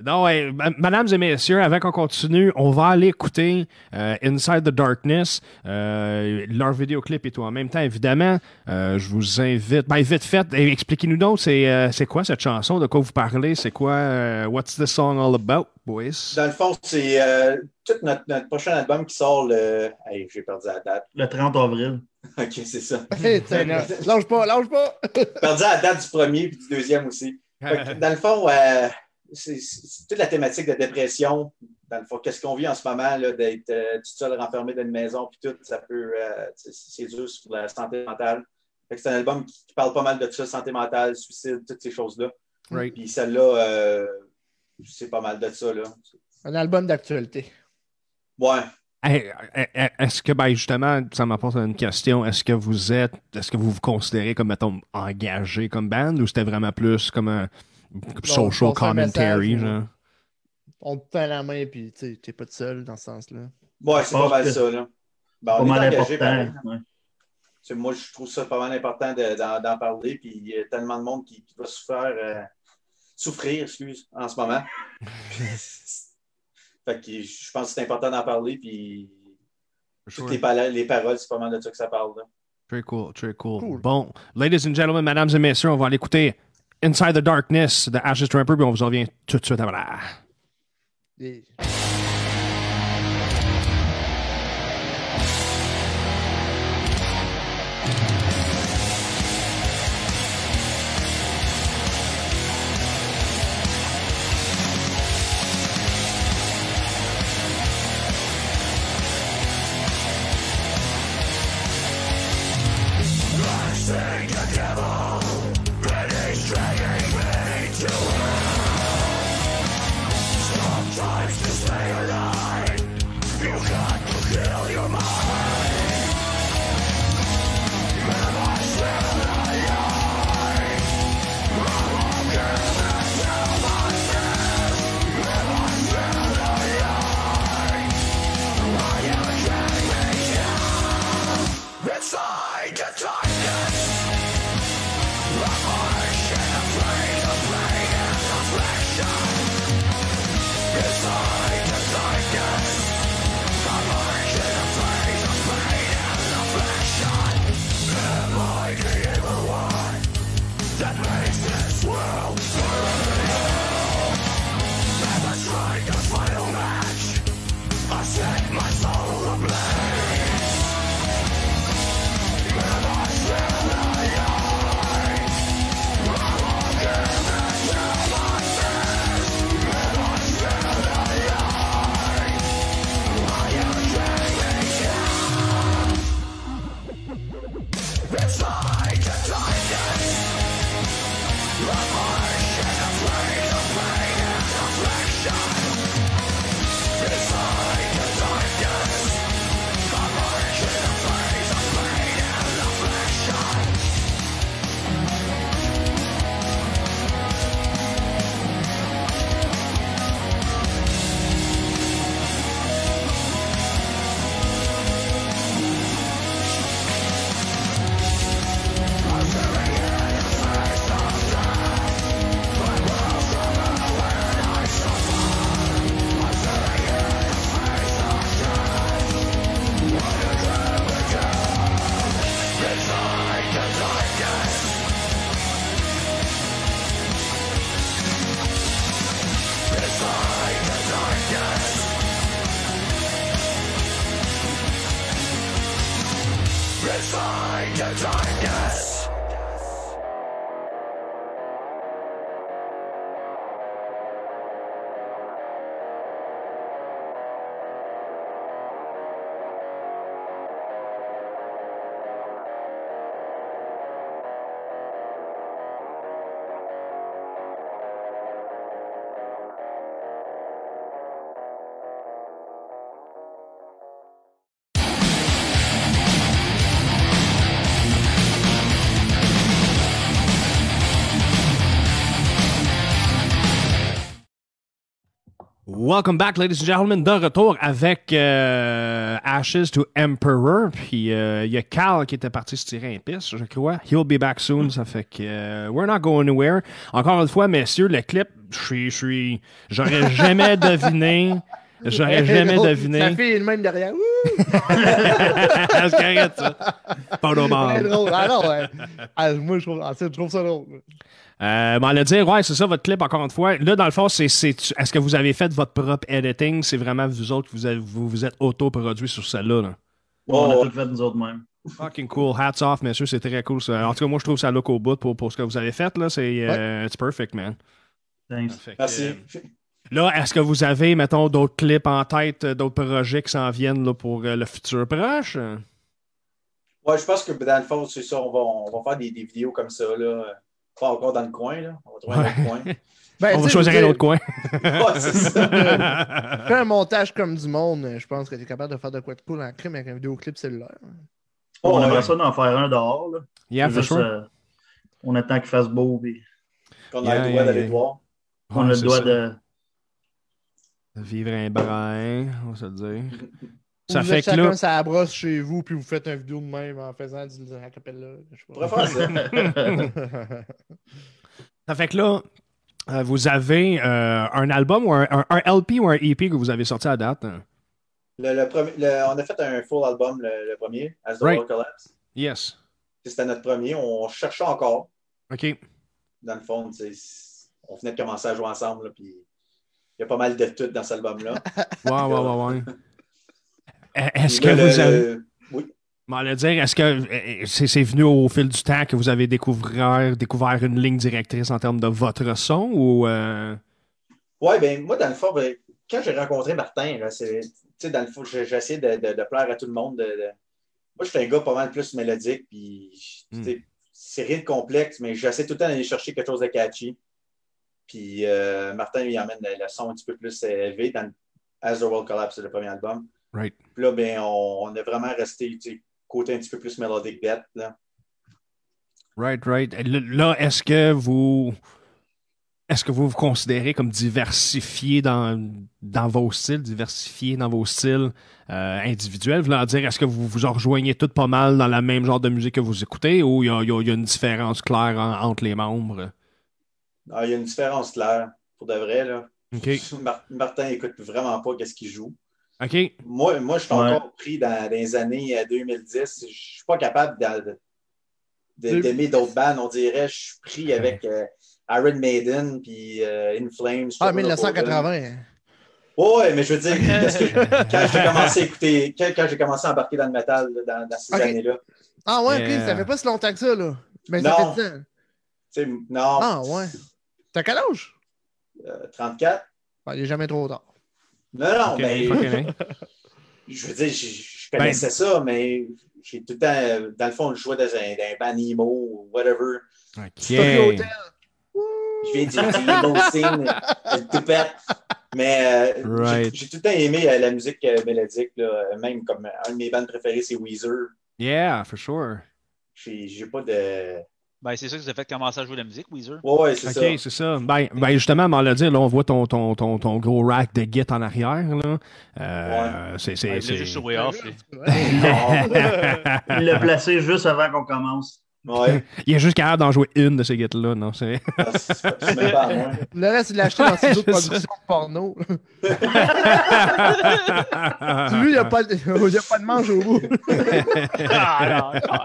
Speaker 1: Non, ouais, ma- mesdames et messieurs, avant qu'on continue, on va aller écouter euh, Inside the Darkness, euh, leur vidéoclip et tout. En même temps, évidemment, euh, je vous invite. Ben, vite fait, eh, expliquez-nous donc, c'est euh, c'est quoi cette chanson, de quoi vous parlez, c'est quoi. euh, what's the song all about, boys?
Speaker 3: Dans le fond, c'est euh, tout notre, notre prochain album qui sort le. Hey, j'ai perdu la date. *laughs*
Speaker 5: Le 30 avril.
Speaker 3: Ok, c'est ça.
Speaker 2: Hey, tiens, là, lâche pas, lâche pas.
Speaker 3: Perdu la date du premier puis du deuxième aussi. Fait que, dans le fond, euh, c'est c'est- c'est toute la thématique de dépression, dans le fond, qu'est-ce qu'on vit en ce moment, là, d'être euh, tout seul renfermé dans une maison, puis tout, ça peut, euh, c'est- c'est dur sur la santé mentale. Fait que c'est un album qui, qui parle pas mal de ça, santé mentale, suicide, toutes ces choses-là.
Speaker 1: *laughs* Right.
Speaker 3: Puis celle-là, euh, c'est pas mal de ça, là.
Speaker 2: Un album d'actualité.
Speaker 3: Ouais.
Speaker 1: Hey, hey, hey, Est-ce que, ben justement, ça m'apporte une question. Est-ce que vous êtes, est-ce que vous vous considérez comme, mettons, engagé comme band ou c'était vraiment plus comme un
Speaker 2: je
Speaker 1: social
Speaker 2: pense un
Speaker 1: commentary,
Speaker 2: message, euh,
Speaker 1: genre?
Speaker 2: On te tend la main, puis tu sais, t'es pas tout seul dans ce sens-là.
Speaker 3: Ouais, c'est
Speaker 5: pense
Speaker 3: pas mal
Speaker 5: que
Speaker 3: ça, là. Ben,
Speaker 5: Pas
Speaker 3: on
Speaker 5: mal
Speaker 3: est engagé, pareil.
Speaker 5: important. ouais.
Speaker 3: Tu sais, moi, je trouve ça pas mal important de- d'en d'en parler. Puis il y a tellement de monde qui, qui va souffrir, euh, souffrir excuse, en ce
Speaker 1: *laughs*
Speaker 3: moment. fait que je pense que c'est important d'en parler. Puis toutes les, pala- les paroles, c'est pas mal de ça que ça parle. là.
Speaker 1: Très cool, très cool.
Speaker 2: Cool.
Speaker 1: Bon, ladies and gentlemen, mesdames et messieurs, on va aller écouter Inside the Darkness de Ashes Tramper, puis on vous en revient tout de suite après.
Speaker 2: Et-
Speaker 1: Welcome back, ladies and gentlemen, de retour avec euh, Ashes to Emperor. Puis euh, il y a Carl qui était parti se tirer un piste, je crois. He'll be back soon, ça fait que euh, we're not going anywhere. Encore une fois, messieurs, le clip, je suis, je suis, j'aurais jamais deviné, j'aurais
Speaker 2: *laughs*
Speaker 1: jamais
Speaker 2: L'autre,
Speaker 1: deviné.
Speaker 2: Sa fille est le même derrière. Ouh,
Speaker 1: *laughs* C'est correct, ça. Pas de
Speaker 2: *laughs* c'est
Speaker 1: mal.
Speaker 2: drôle. Ah non, ouais. Ah, moi, je trouve, ah, ça, je trouve ça drôle.
Speaker 1: Euh, mais on allait dire, ouais, c'est ça votre clip, encore une fois. Là, dans le fond, c'est, c'est, est-ce que vous avez fait votre propre editing? C'est vraiment vous autres, vous avez- vous, vous êtes autoproduit sur celle-là. là.
Speaker 5: On
Speaker 3: Oh,
Speaker 5: a tout fait nous autres mêmes.
Speaker 1: Fucking cool. Hats off, messieurs, c'est très cool. Ça. En tout cas, moi, je trouve ça look au bout pour, pour ce que vous avez fait. là. C'est, euh, it's perfect, man.
Speaker 5: Thanks.
Speaker 1: Fait que,
Speaker 3: merci.
Speaker 1: euh, Là, est-ce que vous avez, mettons, d'autres clips en tête, euh, d'autres projets qui s'en viennent là, pour euh, le futur proche? hein?
Speaker 3: *laughs* Ouais, je pense que dans le fond, c'est ça, on va, on va faire des, des vidéos comme ça, là. Pas encore dans le coin, là. On va trouver un autre coin.
Speaker 2: Ben,
Speaker 1: On va
Speaker 2: tu sais,
Speaker 1: choisir
Speaker 2: je
Speaker 1: un
Speaker 2: veux
Speaker 1: autre coin.
Speaker 3: Ouais, c'est ça.
Speaker 2: dire, Fais un montage comme du monde, euh, je pense que t'es capable de faire de quoi de cool en crime avec un vidéoclip cellulaire.
Speaker 5: on
Speaker 3: Ouais,
Speaker 5: aimerait
Speaker 3: Oh, ouais.
Speaker 5: ça d'en faire un dehors. Là.
Speaker 1: *laughs* Yeah, for
Speaker 5: Juste,
Speaker 1: sure.
Speaker 5: euh, on attend qu'il fasse beau. Puis
Speaker 1: *laughs*
Speaker 3: Qu'on
Speaker 1: Yeah,
Speaker 3: a le
Speaker 1: yeah,
Speaker 3: droit d'aller
Speaker 1: yeah.
Speaker 3: voir.
Speaker 5: on
Speaker 1: Ouais,
Speaker 5: a le
Speaker 1: c'est
Speaker 5: droit
Speaker 1: ça.
Speaker 5: de.
Speaker 1: Vivre un brin, on va se le dire. Ça
Speaker 2: Ou vous
Speaker 1: fait
Speaker 2: êtes
Speaker 1: que là-
Speaker 2: chacun ça brosse chez vous, puis vous faites un vidéo de même en faisant du acapella. Je sais
Speaker 3: On
Speaker 2: pas.
Speaker 3: pourrait faire ça.
Speaker 5: *laughs*
Speaker 3: *laughs*
Speaker 1: Ça fait que là, euh, vous avez euh, un album ou un, un- un LP ou un EP que vous avez sorti à date? hein?
Speaker 3: Le, le premier- le- on a fait un full album, le, le premier, As the
Speaker 1: Right.
Speaker 3: World Collapse.
Speaker 1: Yes.
Speaker 3: C'était notre premier. On cherchait encore.
Speaker 1: OK.
Speaker 3: Dans le fond, tu sais, on venait de commencer à jouer ensemble, là, puis il y a pas mal de tout dans cet album-là.
Speaker 1: Ouais, ouais, ouais, ouais. Euh, Est-ce
Speaker 3: Puis
Speaker 1: que
Speaker 3: là,
Speaker 1: vous
Speaker 3: le-
Speaker 1: avez.
Speaker 3: le-
Speaker 1: Bon, à le dire, est-ce que euh, c'est c'est venu au fil du temps que vous avez découvert, découvert une ligne directrice en termes de votre son ou. euh,
Speaker 3: Ouais, ben moi, dans le fond, ben, quand j'ai rencontré Martin, là, c'est, tu sais, dans le fond, j'ai j'ai essayé de, de- de plaire à tout le monde. de- de- Moi, je suis un gars pas mal plus mélodique, puis
Speaker 1: Hmm.
Speaker 3: tu sais, c'est rien de complexe, mais j'essaie tout le temps d'aller chercher quelque chose de catchy. Puis euh, Martin, il emmène le, le son un petit peu plus élevé dans As the World Collapse, c'est le premier album.
Speaker 1: Right.
Speaker 3: Puis là, ben, on, on est vraiment resté, tu sais, côté un petit peu plus mélodique bête, là.
Speaker 1: Right, right. L- Là, est-ce que vous. Est-ce que vous vous considérez comme diversifié dans, dans vos styles, diversifié dans vos styles euh, individuels? Voulant dire, est-ce que vous vous en rejoignez toutes pas mal dans le même genre de musique que vous écoutez ou il y a, il y a- il y a une différence claire en- entre les membres?
Speaker 3: Ah, il y a une différence claire, pour de vrai, là.
Speaker 1: OK.
Speaker 3: *laughs* Mar- Martin écoute vraiment pas qu'est-ce qu'il joue.
Speaker 1: OK.
Speaker 3: Moi, moi je suis
Speaker 5: Ouais.
Speaker 3: encore pris dans, dans les années euh, 2010. Je suis pas capable d'a- de- de-
Speaker 2: Deux-
Speaker 3: d'aimer d'autres bandes. On dirait, je suis pris avec euh, Iron Maiden puis euh, In Flames.
Speaker 2: *laughs* Ah,
Speaker 3: Children of Bodom.
Speaker 2: 1980. hein.
Speaker 3: Ouais, mais je veux dire, parce
Speaker 1: *laughs*
Speaker 3: que quand j'ai commencé à écouter, quand, quand j'ai commencé à embarquer dans le métal là, dans, dans ces
Speaker 2: Ok.
Speaker 3: années-là, tu
Speaker 2: Ah ouais,
Speaker 1: Yeah.
Speaker 2: ok, ça fait pas si longtemps que ça, là. Mais ça
Speaker 3: Non.
Speaker 2: fait 10 ans.
Speaker 3: sais, non,
Speaker 2: Ah ouais. T'as quel âge?
Speaker 3: euh, 34.
Speaker 2: Ben, il est jamais trop tard.
Speaker 3: Non,
Speaker 1: *laughs*
Speaker 3: non,
Speaker 1: OK,
Speaker 3: mais
Speaker 1: OK,
Speaker 3: *laughs*
Speaker 1: hein.
Speaker 3: je veux dire, je, je connaissais ça, mais j'ai tout le temps, euh, dans le fond, je jouais dans un, dans un band Nemo ou whatever.
Speaker 1: OK.
Speaker 3: Je viens du Limousine, euh, de Toupette. Mais euh,
Speaker 1: Right.
Speaker 3: j'ai j'ai tout le temps aimé euh, la musique euh, mélodique, là. même comme euh, un de mes bandes préférés, c'est Weezer.
Speaker 1: Yeah, for sure.
Speaker 3: J'ai j'ai pas de.
Speaker 4: Ben, c'est ça que vous avez fait commencer à jouer de la musique, Weezer.
Speaker 3: Ouais, ouais, c'est
Speaker 1: OK,
Speaker 3: ça.
Speaker 1: c'est ça. Ben, ben justement, on le dire, là, on voit ton, ton, ton, ton gros rack de git en arrière. Là. Euh, C'est. c'est-
Speaker 4: Ouais, il l'a
Speaker 1: c'est-
Speaker 3: *laughs*
Speaker 4: juste sur Way Off. là.
Speaker 1: *laughs*
Speaker 2: Ouais.
Speaker 5: Il l'a placé juste avant qu'on commence.
Speaker 1: *laughs*
Speaker 3: Ouais.
Speaker 1: Il est juste capable d'en jouer une de ces guettes là non?
Speaker 3: *laughs*
Speaker 1: C'est...
Speaker 3: Ah, c'est- c'est même pas à moi.
Speaker 2: Le reste, il l'a acheté dans ses
Speaker 1: C'est
Speaker 2: autres
Speaker 1: ça.
Speaker 2: productions de porno. Lui,
Speaker 1: Lui, *laughs*
Speaker 2: il n'y a, pas de- *laughs* il y a pas de manche au bout.
Speaker 4: *laughs* Ah, non, non.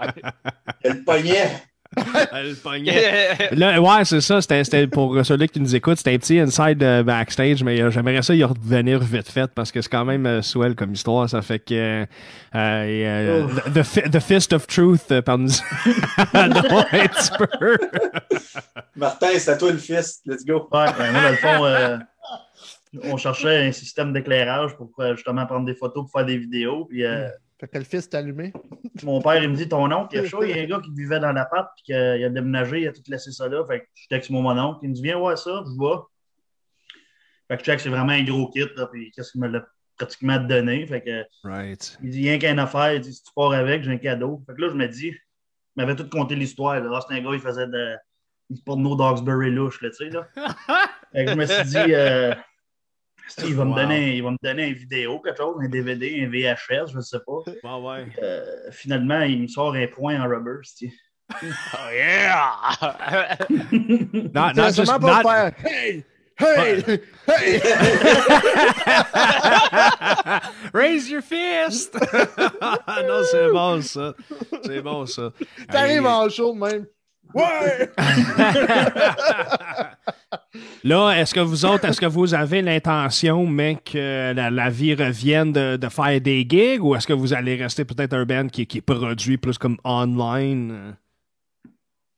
Speaker 3: Il y a le poignet.
Speaker 4: *laughs*
Speaker 1: Là, ouais, c'est ça. C'était, c'était pour celui qui nous écoute, c'était un petit inside euh, backstage, mais euh, j'aimerais ça y revenir vite fait parce que c'est quand même euh, swell comme histoire. Ça fait que euh, euh, et, euh,
Speaker 5: Ouf.
Speaker 1: the, the fi- the Fist of Truth, euh, *laughs* pardon. non, un petit peu.
Speaker 3: Martin, c'est à toi le fils. Let's go.
Speaker 5: Ouais, ben, moi, dans le fond, euh, on cherchait un système d'éclairage pour euh, justement prendre des photos, pour faire des vidéos. Puis euh,
Speaker 2: *laughs* Fait que le fils est allumé.
Speaker 5: mon père, il me dit Ton oncle, il y a chaud, il y a un gars qui vivait dans l'appart, puis qu'il a déménagé, il a tout laissé ça là. Fait que je texte mon mon oncle, il me dit Viens voir ça, je vois. Fait que check, c'est vraiment un gros kit, là, puis qu'est-ce qu'il me l'a pratiquement donné. Fait que euh,
Speaker 1: Right.
Speaker 5: il dit Rien qu'un affaire, il dit Si tu pars avec, j'ai un cadeau. Fait que là, je me dis Il m'avait tout conté l'histoire. là. Ah, c'est un gars, il faisait de. Il porte nos Dogsbury louche, là, tu sais, là. Fait que je me suis dit, euh,
Speaker 4: *laughs*
Speaker 5: si, il, va me
Speaker 1: Wow.
Speaker 5: donner, il va me donner une vidéo, quelque chose, un DVD, un VHS, je ne sais pas.
Speaker 1: Bon, *laughs* ouais.
Speaker 5: Euh, finalement, il me sort un point en rubber. c'ti.
Speaker 4: Oh, yeah!
Speaker 1: Ah, Non,
Speaker 2: C'est sûrement
Speaker 1: *laughs*
Speaker 2: pas
Speaker 1: not-
Speaker 2: faire. Hey! Hey! *laughs* Hey!
Speaker 1: Raise your fist! *laughs* non, c'est bon ça. C'est bon ça.
Speaker 2: T'arrives
Speaker 1: Hey.
Speaker 2: en show de même. Ouais!
Speaker 1: *laughs* Là, est-ce que vous autres, est-ce que vous avez l'intention, mais que la, la vie revienne de, de faire des gigs ou est-ce que vous allez rester peut-être un band qui, qui est produit plus comme online?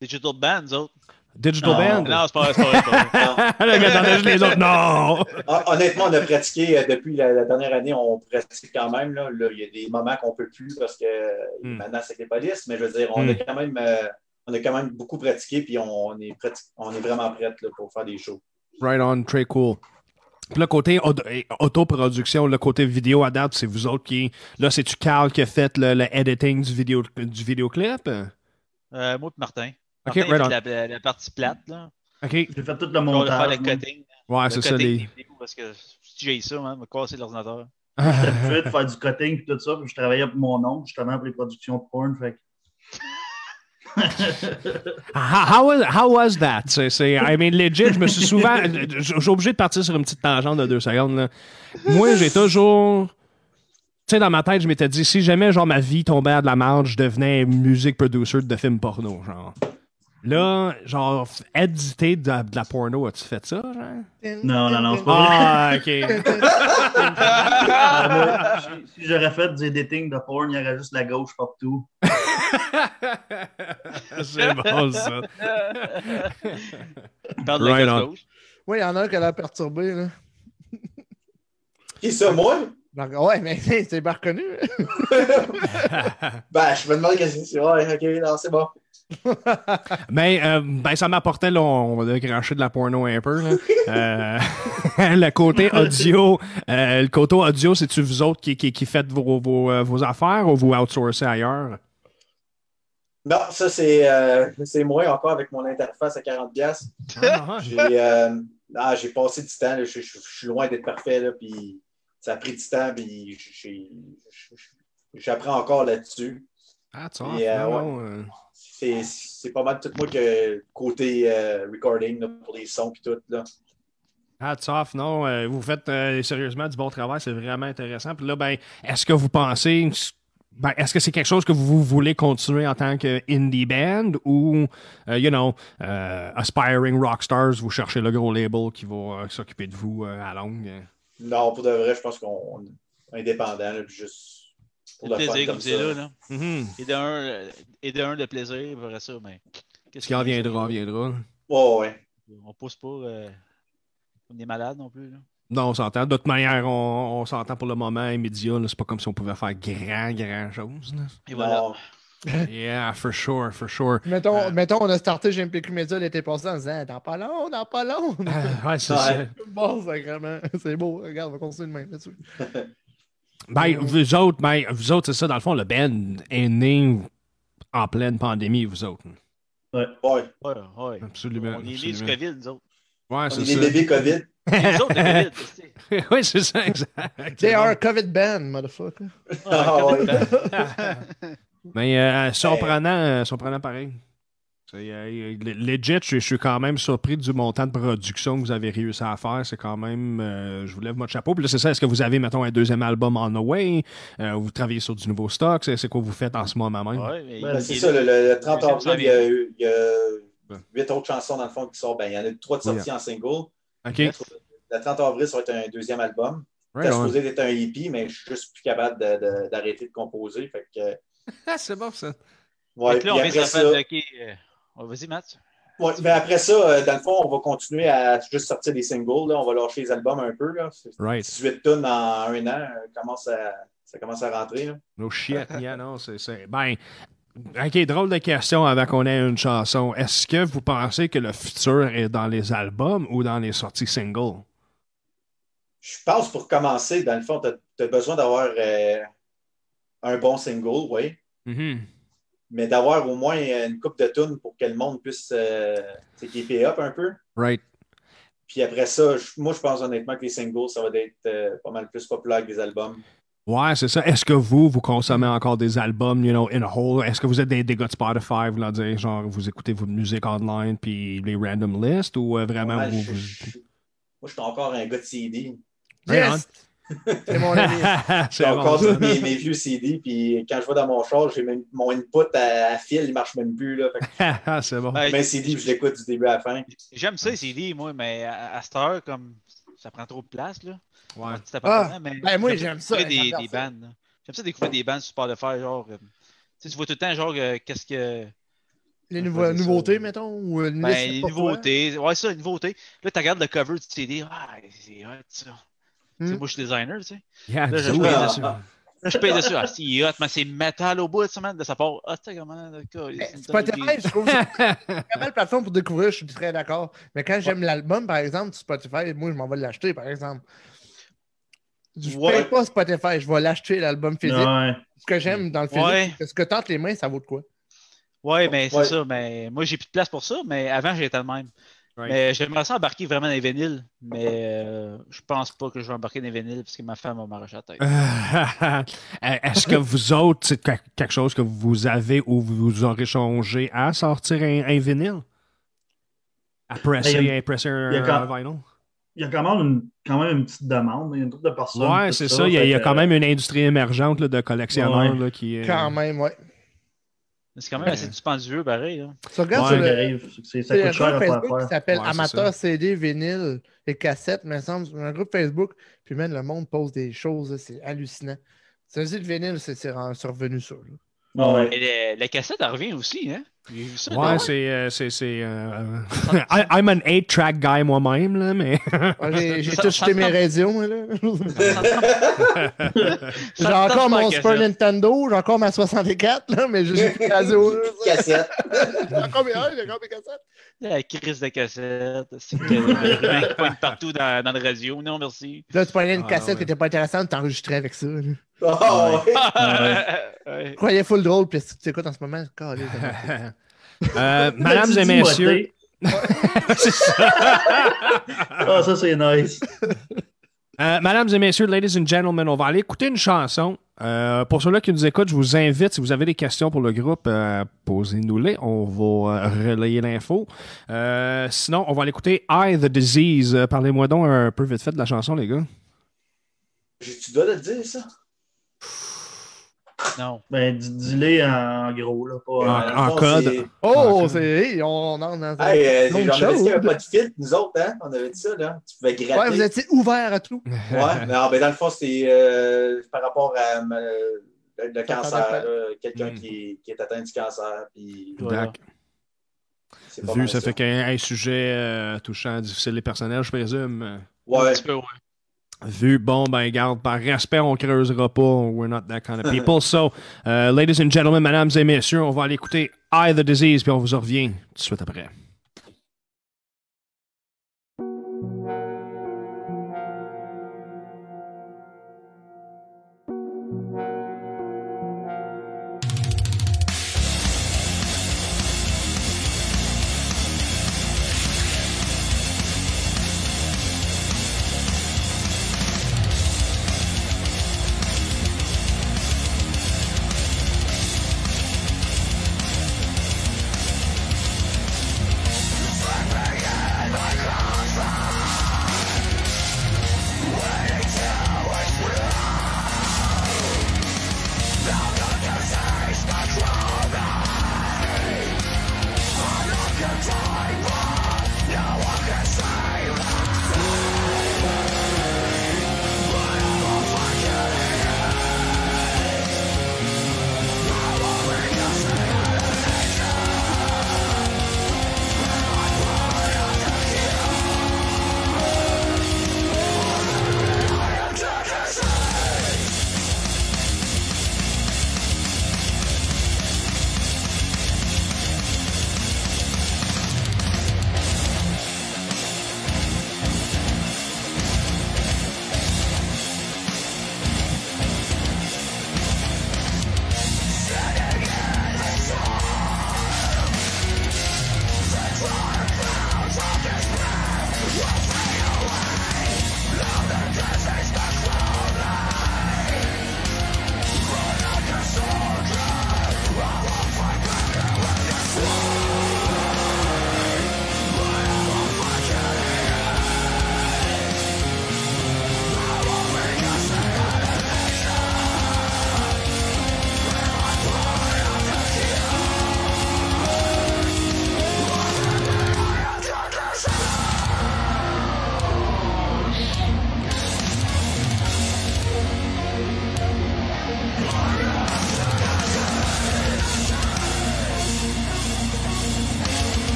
Speaker 4: Digital Band, nous autres.
Speaker 1: Digital
Speaker 3: Non.
Speaker 1: Band.
Speaker 4: Non, c'est pas, c'est pas vrai. c'est pas vrai.
Speaker 1: *laughs*
Speaker 4: *laughs*
Speaker 1: Le gars dans les autres, non!
Speaker 3: Hon- Ah, Honnêtement, on a pratiqué euh, depuis la, la dernière année, on pratique quand même. Là. Là, il y a des moments qu'on ne peut plus parce que euh,
Speaker 1: Hmm.
Speaker 3: maintenant c'est les polices, mais je veux dire, on,
Speaker 1: Hmm.
Speaker 3: a quand même, euh, on a quand même beaucoup pratiqué puis on est, prati- on est vraiment prêts pour faire des shows.
Speaker 1: Right on, très cool. Puis le côté auto- eh, autoproduction, le côté vidéo à date, c'est vous autres qui. Là, c'est-tu Carl qui a fait le, le editing du, vidéo, du vidéoclip?
Speaker 4: Euh, moi et Martin.
Speaker 1: Ok,
Speaker 4: Martin, il
Speaker 1: right
Speaker 4: fait
Speaker 1: on.
Speaker 4: la, la- la partie plate, là.
Speaker 1: OK.
Speaker 5: *laughs* J'ai fait tout le
Speaker 4: On va faire
Speaker 5: montage.
Speaker 4: le
Speaker 5: moi.
Speaker 4: cutting.
Speaker 1: Ouais, Ah,
Speaker 4: Le
Speaker 1: c'est ça,
Speaker 4: cutting
Speaker 1: les.
Speaker 4: des vidéos, Parce que si j'ai ça, man, me casser l'ordinateur. *laughs*
Speaker 5: J'étais
Speaker 1: *laughs*
Speaker 5: habitué de faire du cutting et tout ça, puis je travaillais pour mon oncle, justement, pour les productions de porn. Fait que-
Speaker 1: How, how was, how was that? C'est, c'est- I mean, legit, je me suis souvent. je- je- J'ai obligé de partir sur une petite tangente de deux secondes. là. Moi, j'ai toujours. Tu sais, dans ma tête, je m'étais dit, si jamais, genre, ma vie tombait à de la merde, je devenais music producer de films porno, genre. Là, genre, f- éditer de, la- de la porno, as-tu fait ça, genre?
Speaker 5: Non, non, non, c'est pas-
Speaker 1: Ah, ok.
Speaker 2: *laughs*
Speaker 5: Ah, ben, si si j'aurais fait des dating de porn, il y aurait juste la gauche partout.
Speaker 1: c'est bon, ça.
Speaker 4: *laughs* Perdre
Speaker 1: Right
Speaker 4: la
Speaker 1: on.
Speaker 4: gauche gauche.
Speaker 2: Oui, il y en a un qui a l'air perturbé. Là.
Speaker 3: Qui ça, moi?
Speaker 2: Donc, ouais, mais c'est bien reconnu.
Speaker 3: *laughs*
Speaker 2: *laughs*
Speaker 3: ben, je me demande qu'est-ce que c'est. Ouais, ok, non, c'est bon.
Speaker 1: Mais euh, ben, ça m'apportait, là, on va cracher de la porno un peu. Là. Euh, *laughs* le côté audio, euh, le côté audio, c'est-tu vous autres qui, qui, qui faites vos, vos, euh, vos affaires ou vous outsourcez ailleurs?
Speaker 3: Non, ça, c'est euh, c'est moi encore avec mon interface à 40$. piastres. *laughs* J'ai euh, ah, j'ai passé du temps, là, je, je- je suis loin d'être parfait, là, puis ça a pris du temps, puis j'ai- j'ai- j'apprends encore là-dessus.
Speaker 1: Ah, tu
Speaker 3: Et, euh, ouais.
Speaker 1: hein.
Speaker 3: C'est c'est pas mal tout moi que côté euh, recording là, pour les sons puis tout. Là.
Speaker 1: Hats off, non. euh, vous faites euh, sérieusement du bon travail, c'est vraiment intéressant. Puis là, ben, est-ce que vous pensez, ben, est-ce que c'est quelque chose que vous voulez continuer en tant que indie band ou, euh, you know, euh, aspiring rock stars, vous cherchez le gros label qui va euh, s'occuper de vous euh, à longue?
Speaker 3: Non, pour de vrai, je pense qu'on on est indépendant, là, puis juste pour
Speaker 4: Le
Speaker 3: le fun
Speaker 4: plaisir,
Speaker 3: comme
Speaker 4: comme
Speaker 3: ça.
Speaker 4: c'est là, là.
Speaker 1: Mhm.
Speaker 4: Et d'un, euh, et d'un de plaisir, après ça, mais.
Speaker 1: Ce
Speaker 4: Qu'est-ce
Speaker 1: qui en viendra, en
Speaker 4: vient.
Speaker 1: viendra.
Speaker 3: Ouais, ouais.
Speaker 4: On pousse pas euh, comme des malades non plus, là.
Speaker 1: Non, on s'entend. D'autre manière, on, on s'entend pour le moment immédiat. là, C'est pas comme si on pouvait faire grand, grand chose. *laughs* là.
Speaker 4: Et voilà.
Speaker 3: Non.
Speaker 1: Yeah, for sure, for sure.
Speaker 2: Mettons,
Speaker 1: Euh.
Speaker 2: mettons, on a starté GMPQ Media l'été passé en disant Dans pas long, dans pas long. *laughs*
Speaker 1: Ah, ouais, c'est
Speaker 3: Ouais.
Speaker 1: ça.
Speaker 2: bon, sacrément. C'est beau. Regarde, on va continuer de même là-dessus.
Speaker 1: Ben, vous autres, ben, vous autres, c'est ça, dans le fond, le band est né en pleine pandémie, vous autres.
Speaker 3: Ouais.
Speaker 4: Ouais, ouais.
Speaker 1: Absolument.
Speaker 4: On est nés du
Speaker 1: absolument.
Speaker 4: COVID, nous autres.
Speaker 1: Ouais,
Speaker 3: On
Speaker 1: Ah, c'est
Speaker 3: est des
Speaker 1: ça. *laughs*
Speaker 3: bébés *laughs* COVID.
Speaker 4: Nous autres, le COVID, tu sais.
Speaker 1: oui, c'est ça, *laughs* exact.
Speaker 2: They are COVID band, motherfucker.
Speaker 3: Ah,
Speaker 4: Ouais,
Speaker 3: ouais.
Speaker 4: COVID.
Speaker 1: Mais euh, surprenant, euh, surprenant pareil. C'est, euh, le- legit, je, je suis quand même surpris du montant de production que vous avez réussi à faire. C'est quand même, euh, je vous lève votre chapeau. Puis là, c'est ça, est-ce que vous avez, mettons, un deuxième album en away? Euh, vous travaillez sur du nouveau stock? C'est, c'est quoi vous faites en ce moment même?
Speaker 4: Ouais, mais
Speaker 5: Ben,
Speaker 3: Ben,
Speaker 4: il-
Speaker 3: c'est
Speaker 4: il-
Speaker 3: ça, le, le- le 30
Speaker 4: Deuxième
Speaker 3: avril,
Speaker 4: s'en
Speaker 3: il y a,
Speaker 4: vient.
Speaker 3: eu- il y a
Speaker 1: Ouais.
Speaker 3: huit autres chansons dans le fond qui sortent. Ben, il y en a trois de
Speaker 1: Oui,
Speaker 3: sorties en single.
Speaker 1: OK.
Speaker 3: Le 30 avril, ça va être un deuxième album.
Speaker 1: Right
Speaker 3: C'était
Speaker 1: on.
Speaker 3: supposé être un hippie, mais je suis juste plus capable de- de- d'arrêter de, composer. Fait que,
Speaker 1: Ah, c'est bon, ça.
Speaker 3: ouais,
Speaker 4: Fait que là, on
Speaker 3: puis
Speaker 4: vient
Speaker 3: après,
Speaker 4: de se la
Speaker 3: ça,
Speaker 4: faire bloquer. euh, ouais, Vas-y, Matt.
Speaker 3: ouais, mais après ça, euh, dans le fond, on va continuer à juste sortir des singles. là. On va lâcher les albums un peu. Là. C'est-
Speaker 1: Right.
Speaker 3: 18 tonnes en un an, euh, commence à- ça commence à rentrer. là.
Speaker 1: No shit, yeah, *laughs* non, c'est, c'est- Ben, OK, drôle de question avant qu'on ait une chanson. Est-ce que vous pensez que le futur est dans les albums ou dans les sorties singles?
Speaker 3: Je pense pour commencer, dans le fond, tu as, besoin d'avoir euh, un bon single, oui.
Speaker 4: Mm-hmm.
Speaker 3: mais d'avoir au moins euh, une coupe de tunes pour que le monde puisse euh, tu sais, keep it up un peu.
Speaker 1: Right.
Speaker 3: Puis après ça, je- moi, je pense honnêtement que les singles, ça va être euh, pas mal plus populaire que les albums.
Speaker 1: Ouais, c'est ça. Est-ce que vous, vous consommez encore des albums, you know, in a whole? Est-ce que vous êtes des, des gars de Spotify, voulant dire, genre, vous écoutez votre musique online puis les random lists ou euh, vraiment
Speaker 3: Ouais,
Speaker 1: vous.
Speaker 3: je- je-
Speaker 1: vous-
Speaker 3: je- moi, je suis encore un gars de CD.
Speaker 1: Right
Speaker 2: Yes! C'est
Speaker 1: *laughs*
Speaker 2: mon ami.
Speaker 3: J'ai
Speaker 1: c'est bon,
Speaker 3: encore
Speaker 1: ça.
Speaker 3: tous mes, mes vieux CD. Puis quand je vais dans mon char, j'ai même mon input à, à fil, il marche même plus. Là. Fait que
Speaker 1: *laughs* c'est bon.
Speaker 4: Ben,
Speaker 3: je mets un CD puis je l'écoute du début à la fin.
Speaker 4: J'aime ça, les CD, moi, mais à, à cette heure, comme ça prend trop de place, là.
Speaker 1: Ouais.
Speaker 4: Petit appartement, mais
Speaker 2: ben, moi, j'aime ça,
Speaker 4: découvrir
Speaker 2: j'adore
Speaker 4: Des, des
Speaker 2: ça.
Speaker 4: bandes, là. J'aime ça découvrir des bandes sur Spotify, genre. euh, tu sais, tu vois tout le temps, genre, euh, qu'est-ce que.
Speaker 2: Les
Speaker 4: Ouais,
Speaker 2: nouveaux-
Speaker 4: c'est ça.
Speaker 2: nouveautés, mettons, ou euh, une
Speaker 4: Ben,
Speaker 2: liste
Speaker 4: les
Speaker 2: pour toi.
Speaker 4: nouveautés. Ouais, ça, les nouveautés. Là, tu regardes le cover du CD. Ah, c'est hot, ça. Tu sais,
Speaker 2: Hmm.
Speaker 4: moi, je suis designer, tu
Speaker 2: *laughs*
Speaker 4: sais.
Speaker 1: Yeah,
Speaker 4: Là, je
Speaker 1: dude,
Speaker 4: vois,
Speaker 1: là,
Speaker 3: ah,
Speaker 1: tu-
Speaker 3: ah.
Speaker 4: Là, je paye dessus. Ah, c'est hot, mais c'est métal au bout de semaine. De sa part, ah, tu sais comment. le cas,
Speaker 2: Mais
Speaker 4: c'est-
Speaker 2: Spotify, je trouve que c'est
Speaker 1: *laughs*
Speaker 2: une belle plateforme pour découvrir, je suis très d'accord. Mais quand j'aime l'album, par exemple, sur Spotify, moi, je m'en vais l'acheter, par exemple. Je ne
Speaker 4: Ouais.
Speaker 2: paye pas Spotify, je vais l'acheter l'album physique.
Speaker 5: Ouais.
Speaker 2: Ce que j'aime dans le physique,
Speaker 4: Ouais.
Speaker 2: c'est que ce que tente les mains, ça vaut de quoi?
Speaker 4: Ouais, mais c'est
Speaker 3: Ouais.
Speaker 4: ça. Mais moi, j'ai plus de place pour ça, mais avant, j'étais le même.
Speaker 1: Right.
Speaker 4: Mais j'aimerais ça embarquer vraiment dans les vinyles, mais euh, je pense pas que je vais embarquer dans les vinyles parce que ma femme va m'arracher
Speaker 2: *laughs*
Speaker 4: la tête.
Speaker 1: Euh, *laughs* Est-ce que vous autres, c'est que- quelque chose que vous avez ou vous aurez songé à sortir un, un vinyle? À presser,
Speaker 5: Ben, il y a-
Speaker 1: à presser un,
Speaker 5: il y a quand-
Speaker 1: un vinyl?
Speaker 5: Il y a quand même une, quand même une petite demande. Il y a une troupe de personnes.
Speaker 1: Ouais,
Speaker 5: tout
Speaker 1: c'est ça. Il y a,
Speaker 5: fait
Speaker 1: il y a
Speaker 5: que-
Speaker 1: quand même une industrie émergente là, de collectionneurs
Speaker 5: Ouais.
Speaker 1: là, qui. euh,
Speaker 2: Quand même, ouais.
Speaker 4: Mais C'est quand même assez dispendieux, pareil. hein.
Speaker 2: Tu regardes
Speaker 1: Ouais.
Speaker 2: sur
Speaker 5: euh, Ça
Speaker 2: le,
Speaker 5: arrive, c'est-
Speaker 2: C'est
Speaker 5: c'est- Ça
Speaker 2: un
Speaker 5: coûte cher
Speaker 2: groupe
Speaker 5: à faire
Speaker 2: Facebook qui
Speaker 5: faire.
Speaker 2: s'appelle
Speaker 1: Ouais, c'est
Speaker 2: Amateur CD, vinyle et cassette, me semble. C'est Un groupe Facebook. Puis même le monde pose des choses, là, c'est hallucinant. Ça veut dire le vinyle, c'est c'est re- c'est revenu ça. là.
Speaker 5: Ouais.
Speaker 4: Et le- la cassette, elle revient aussi, hein? J'ai vu ça.
Speaker 1: Ouais, c'est. euh, c'est- c'est, euh, *laughs* I- I'm an 8-track guy moi-même, là, mais. *laughs*
Speaker 2: Ah, J'ai j'ai
Speaker 4: Ça-
Speaker 2: tout
Speaker 4: ça
Speaker 2: jeté mes
Speaker 4: ressemble-
Speaker 2: radios, moi, *laughs* là. J'ai
Speaker 4: Ça ressemble
Speaker 2: encore
Speaker 4: pas à
Speaker 2: mon
Speaker 4: cassette.
Speaker 2: Super Nintendo, j'ai encore ma 64, là, mais j'ai plus de radio. là.
Speaker 3: *laughs* Cassette.
Speaker 2: J'ai encore mes j'ai encore mes cassettes.
Speaker 4: La crise de cassette. C'est que euh, le ruban qui pointe partout dans, dans le radio. Non,
Speaker 2: *laughs*
Speaker 4: merci.
Speaker 2: Là, tu prenais une
Speaker 1: Ah,
Speaker 2: cassette
Speaker 1: ouais.
Speaker 2: qui n'était pas intéressante, t'enregistrais avec ça. là.
Speaker 3: Oh, ouais.
Speaker 4: Ouais.
Speaker 2: Tu croyais full drôle, puis tu écoutes en ce moment, calé,
Speaker 1: *laughs*
Speaker 2: ça va.
Speaker 5: *laughs*
Speaker 1: Euh, mesdames et
Speaker 5: Petit
Speaker 1: messieurs.
Speaker 5: Timothée.
Speaker 1: *laughs* C'est ça.
Speaker 5: Ah, ça, c'est nice.
Speaker 1: Euh, mesdames et messieurs, ladies and gentlemen, on va aller écouter une chanson. Euh, pour ceux-là qui nous écoutent, je vous invite, si vous avez des questions pour le groupe, euh, posez-nous-les. On va euh, relayer l'info. Euh, sinon, on va aller écouter I, The Disease. Euh, Parlez-moi donc un peu vite fait de la chanson, les gars.
Speaker 3: J'ai- Tu dois le dire, ça?
Speaker 4: Non.
Speaker 5: Ben, dis- dis-les en gros, là.
Speaker 1: En-
Speaker 5: Pas,
Speaker 3: Dans le
Speaker 1: en
Speaker 3: fond,
Speaker 1: code.
Speaker 3: c'est-
Speaker 2: Oh,
Speaker 1: Ah,
Speaker 2: c'est. hey, on on entre dans un-
Speaker 3: Hey, euh,
Speaker 2: autre
Speaker 3: c'est genre, on avait dit
Speaker 2: chose.
Speaker 3: qu'il n'y avait pas de filtre, nous autres, hein? On avait dit ça, là. Tu pouvais gratter.
Speaker 2: Ouais, vous étiez ouvert à tout.
Speaker 3: Ouais, non, ben dans le fond, c'est euh, par rapport à euh, le, le cancer, là, quelqu'un
Speaker 1: Hmm.
Speaker 3: qui, qui est atteint du cancer. Puis,
Speaker 1: *laughs*
Speaker 4: Voilà.
Speaker 1: D'accord.
Speaker 3: c'est pas
Speaker 1: Vu,
Speaker 3: mal
Speaker 1: ça fait qu'un un sujet euh, touchant, difficile et personnel, je présume.
Speaker 3: Ouais,
Speaker 4: Un petit peu, ouais.
Speaker 1: Vu, bon, ben, garde, par respect, on creusera pas. We're not that kind of people. So, euh, ladies and gentlemen, mesdames et messieurs, on va aller écouter I, The Disease, puis on vous en revient tout de suite après.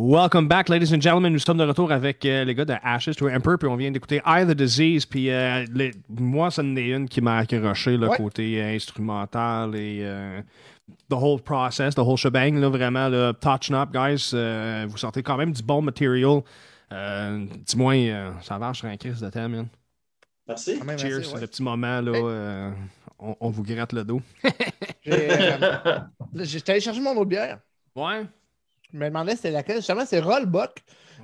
Speaker 1: Welcome back, ladies and gentlemen. Nous sommes de retour avec euh, les gars de Ashes to Emperor, puis on vient d'écouter Eye the Disease, puis euh, les- moi, ça en est une qui m'a accroché, le
Speaker 2: Ouais.
Speaker 1: côté euh, instrumental et euh, the whole process, the whole shebang, là, vraiment, là, touch up, guys. Euh, vous sortez quand même du bon material. Euh, du moins, euh, ça marche sur un crise de thème, man.
Speaker 3: Merci.
Speaker 2: Quand même
Speaker 1: Cheers,
Speaker 2: assez, Ah, ouais.
Speaker 1: le petit moment, là,
Speaker 2: Hey.
Speaker 1: euh, on, on vous gratte le dos.
Speaker 2: J'ai, euh, j'ai- J'étais allé chercher mon autre bière.
Speaker 1: Ouais.
Speaker 2: Je me demandais c'était laquelle. Justement, c'est Rollbuck,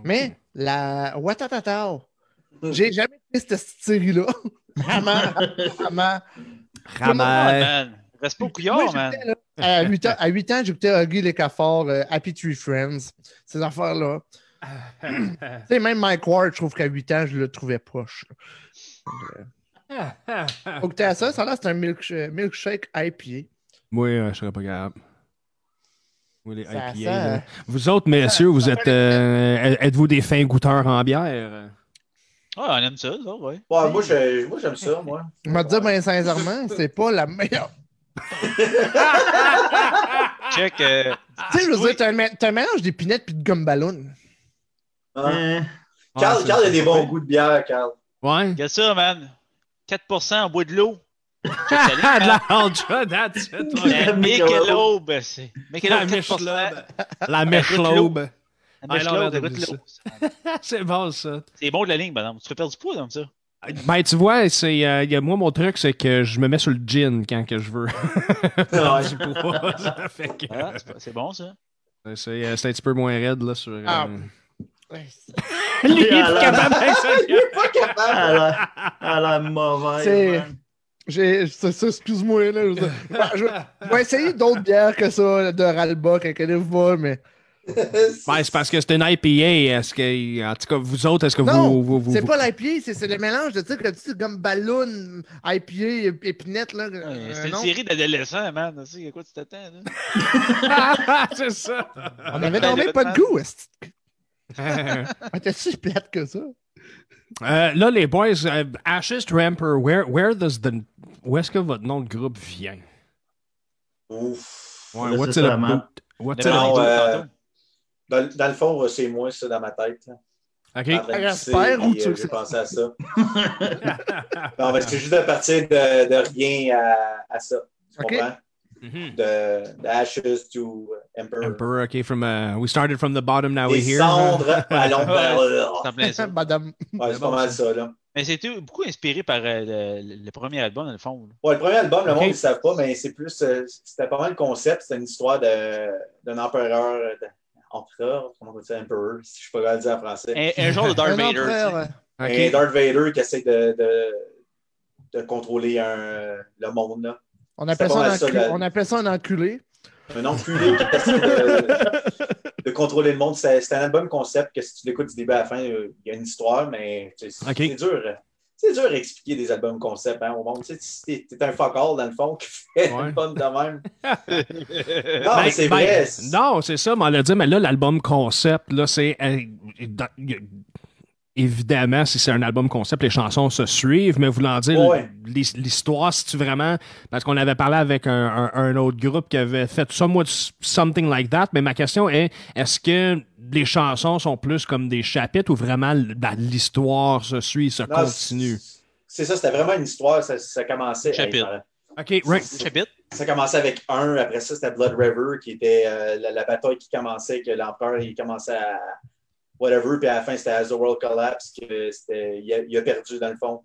Speaker 2: mais la Watatatao. J'ai jamais fait cette
Speaker 4: *laughs*
Speaker 2: série-là. Maman, maman.
Speaker 4: Ah,
Speaker 1: Ramel.
Speaker 4: man. Reste pas au
Speaker 2: Moi,
Speaker 4: couillard, man.
Speaker 2: j'écoutais, là, à 8 ans, à 8 ans, j'écoutais Huggy Lécafort, euh, Happy Tree Friends, ces affaires-là. Tu sais, même Mike Ward, je trouve qu'à 8 ans, je le trouvais proche.
Speaker 4: Ah.
Speaker 2: Donc, t'as ça, ça là, c'est un milksh- euh, milkshake IPA.
Speaker 1: *coughs* Moi, euh, je serais pas capable. Moi, les
Speaker 2: Ça
Speaker 1: IPA,
Speaker 2: sent- hein.
Speaker 1: là. Vous autres, messieurs, vous êtes. euh, Êtes-vous des fins goûteurs en bière?
Speaker 4: Ah, on aime ça, ça, ouais.
Speaker 3: Ouais, moi, je- moi, j'aime ça, moi.
Speaker 2: Je vais te dire, ben, sincèrement, c'est pas la meilleure.
Speaker 4: Check. euh,
Speaker 2: Tu sais, je veux
Speaker 4: Oui.
Speaker 2: dire, t'as un, mé- t'as un mélange d'épinettes puis de gomme ballon.
Speaker 3: Hein?
Speaker 5: *laughs* Euh,
Speaker 1: Hmm. Ouais,
Speaker 3: Carl,
Speaker 1: c'est-
Speaker 3: Carl a des
Speaker 1: c'est-
Speaker 3: bons goûts de bière,
Speaker 2: *laughs*
Speaker 3: Carl.
Speaker 1: Ouais.
Speaker 4: Regarde ça, man. 4% en bois de l'eau.
Speaker 1: Ah, de la Alja, that's
Speaker 4: *laughs*
Speaker 1: it. *laughs* ouais.
Speaker 4: La Michelob. ben, c'est-
Speaker 1: La
Speaker 4: Michelob, 4%.
Speaker 1: Michelobe. La Michelobe.
Speaker 4: La
Speaker 1: Ah, non,
Speaker 4: Michelob,
Speaker 1: mais
Speaker 4: goûte
Speaker 1: t'as
Speaker 4: l'eau.
Speaker 1: *laughs* C'est bon, ça.
Speaker 4: C'est bon de la ligne, madame. Tu peux perdre du poids comme ça.
Speaker 1: Ben, tu vois, c'est, euh, y a- moi, mon truc, c'est que je me mets sur le gin quand que je veux. *laughs*
Speaker 3: Ouais.
Speaker 1: Du poids. Ça fait que, *laughs*
Speaker 4: Ah, c'est pas- c'est bon, ça.
Speaker 1: euh, c'est, euh, c'est un petit peu moins raide, là, sur... euh,
Speaker 2: Ah.
Speaker 1: Lui, il est
Speaker 5: Alors.
Speaker 1: capable d'être sérieux.
Speaker 3: Pas capable.
Speaker 5: Elle a elle a l'air mauvaise.
Speaker 2: C'est-
Speaker 5: man.
Speaker 2: J'ai- c'est ça, Excuse-moi, là. je veux dire. Je
Speaker 4: *laughs*
Speaker 2: vais- je vais essayer d'autres bières que ça, de Ralbuck, inquiétez-vous pas, mais.
Speaker 1: Ben, c'est parce que c'est une IPA. Est-ce que, en tout cas, vous autres, est-ce que
Speaker 2: Non,
Speaker 1: vous, vous, vous-
Speaker 2: C'est
Speaker 1: vous-
Speaker 2: pas l'IPA, c'est c'est le mélange de tu sais, comme, tu sais, comme ballon, IPA, épinette, là. euh,
Speaker 4: c'est une
Speaker 2: non.
Speaker 4: série d'adolescents, man. Tu sais, à quoi tu t'attends, là?
Speaker 1: c'est ça.
Speaker 2: On avait
Speaker 4: Ben,
Speaker 2: quand
Speaker 4: le
Speaker 2: même pas de
Speaker 4: Batman.
Speaker 2: goût, est-ce que- On était si plate que ça.
Speaker 1: Euh, là, les boys, euh, Ashes to Emperor, where, where does the, où est-ce que votre nom de groupe vient?
Speaker 3: Ouf.
Speaker 1: Ouais,
Speaker 5: Là,
Speaker 1: what's
Speaker 5: c'est
Speaker 1: it
Speaker 5: ça, man.
Speaker 1: about? What's it
Speaker 3: Non,
Speaker 1: about?
Speaker 4: Demandez-le
Speaker 3: euh,
Speaker 4: tantôt.
Speaker 3: Dans, dans le fond, euh, c'est moi, ça, dans ma tête. là.
Speaker 1: OK.
Speaker 3: En train de pisser,
Speaker 2: J'espère, ou tu
Speaker 3: puis, euh,
Speaker 2: le
Speaker 3: J'ai
Speaker 2: sais.
Speaker 3: pensé à ça. Non, mais c'est juste de partir de, de rien à, à ça. Tu
Speaker 2: Ok.
Speaker 3: comprends?
Speaker 1: Mhm.
Speaker 3: De, de ashes to emperor.
Speaker 1: Emperor, okay, from, uh, we started from the bottom, now
Speaker 3: Des
Speaker 1: we're here.
Speaker 3: cendres à l'ombre.
Speaker 4: C'est en plein ça.
Speaker 2: Madame.
Speaker 3: Ouais, c'est pas mal ça, là.
Speaker 4: Mais c'était beaucoup inspiré par euh, le, le premier album, dans le fond. là.
Speaker 3: Ouais, le premier album, le
Speaker 1: Ok.
Speaker 3: monde ne le savent pas, mais c'est plus. euh, C'était pas mal le concept. C'était une histoire de- d'un empereur. euh, de- empereur, comment on dit ça, emperor, si je ne sais pas comment le dire en français.
Speaker 4: Un, un genre de Darth
Speaker 2: Un
Speaker 4: Vader. tu sais.
Speaker 2: empereur, euh,
Speaker 3: Et
Speaker 1: OK.
Speaker 3: Darth Vader qui essaie de, de, de contrôler un- le monde. Là.
Speaker 2: On appelle ça
Speaker 3: pas
Speaker 2: un
Speaker 3: mal ça,
Speaker 2: enculé-
Speaker 3: la-
Speaker 2: on appelle ça un enculé.
Speaker 3: Un enculé qui essaie de, de contrôler le monde. C'est c'est un album concept que si tu l'écoutes du début à la fin, euh, il y a une histoire, mais tu sais, c'est
Speaker 1: Ok.
Speaker 3: c'est dur. euh, C'est dur à expliquer des albums concept hein, au monde. Tu sais, si t'es t'es un fuck-all dans le fond qui fait
Speaker 1: Ouais.
Speaker 3: une bonne
Speaker 1: *laughs*
Speaker 3: de même. non,
Speaker 1: Ben,
Speaker 3: mais Ah, c'est
Speaker 1: ben,
Speaker 3: vrai.
Speaker 1: Non, c'est ça, mais on l'a dit, mais là, l'album concept, là, c'est. euh, dans- y a- évidemment, si c'est un album concept, les chansons se suivent, mais voulant dire l-
Speaker 3: Ouais.
Speaker 1: l'his- l'histoire, si tu vraiment. Parce qu'on avait parlé avec un, un- un autre groupe qui avait fait somewhat s- something like that, mais ma question est est-ce que les chansons sont plus comme des chapitres ou vraiment l- ben, l'histoire se suit, se
Speaker 3: Non,
Speaker 1: continue
Speaker 3: Ah, c'est- C'est ça, c'était vraiment une histoire. Ça, ça commençait.
Speaker 4: Chapitre.
Speaker 3: hey,
Speaker 1: Ok, right.
Speaker 3: c'est-
Speaker 4: Chapitre.
Speaker 3: Ça commençait avec un, après ça, c'était Blood River, qui était euh, la, la bataille qui commençait, que l'empereur, il commençait à whatever, puis à la fin, c'était à The World Collapse, que c'était, il, a, il a perdu, dans le fond.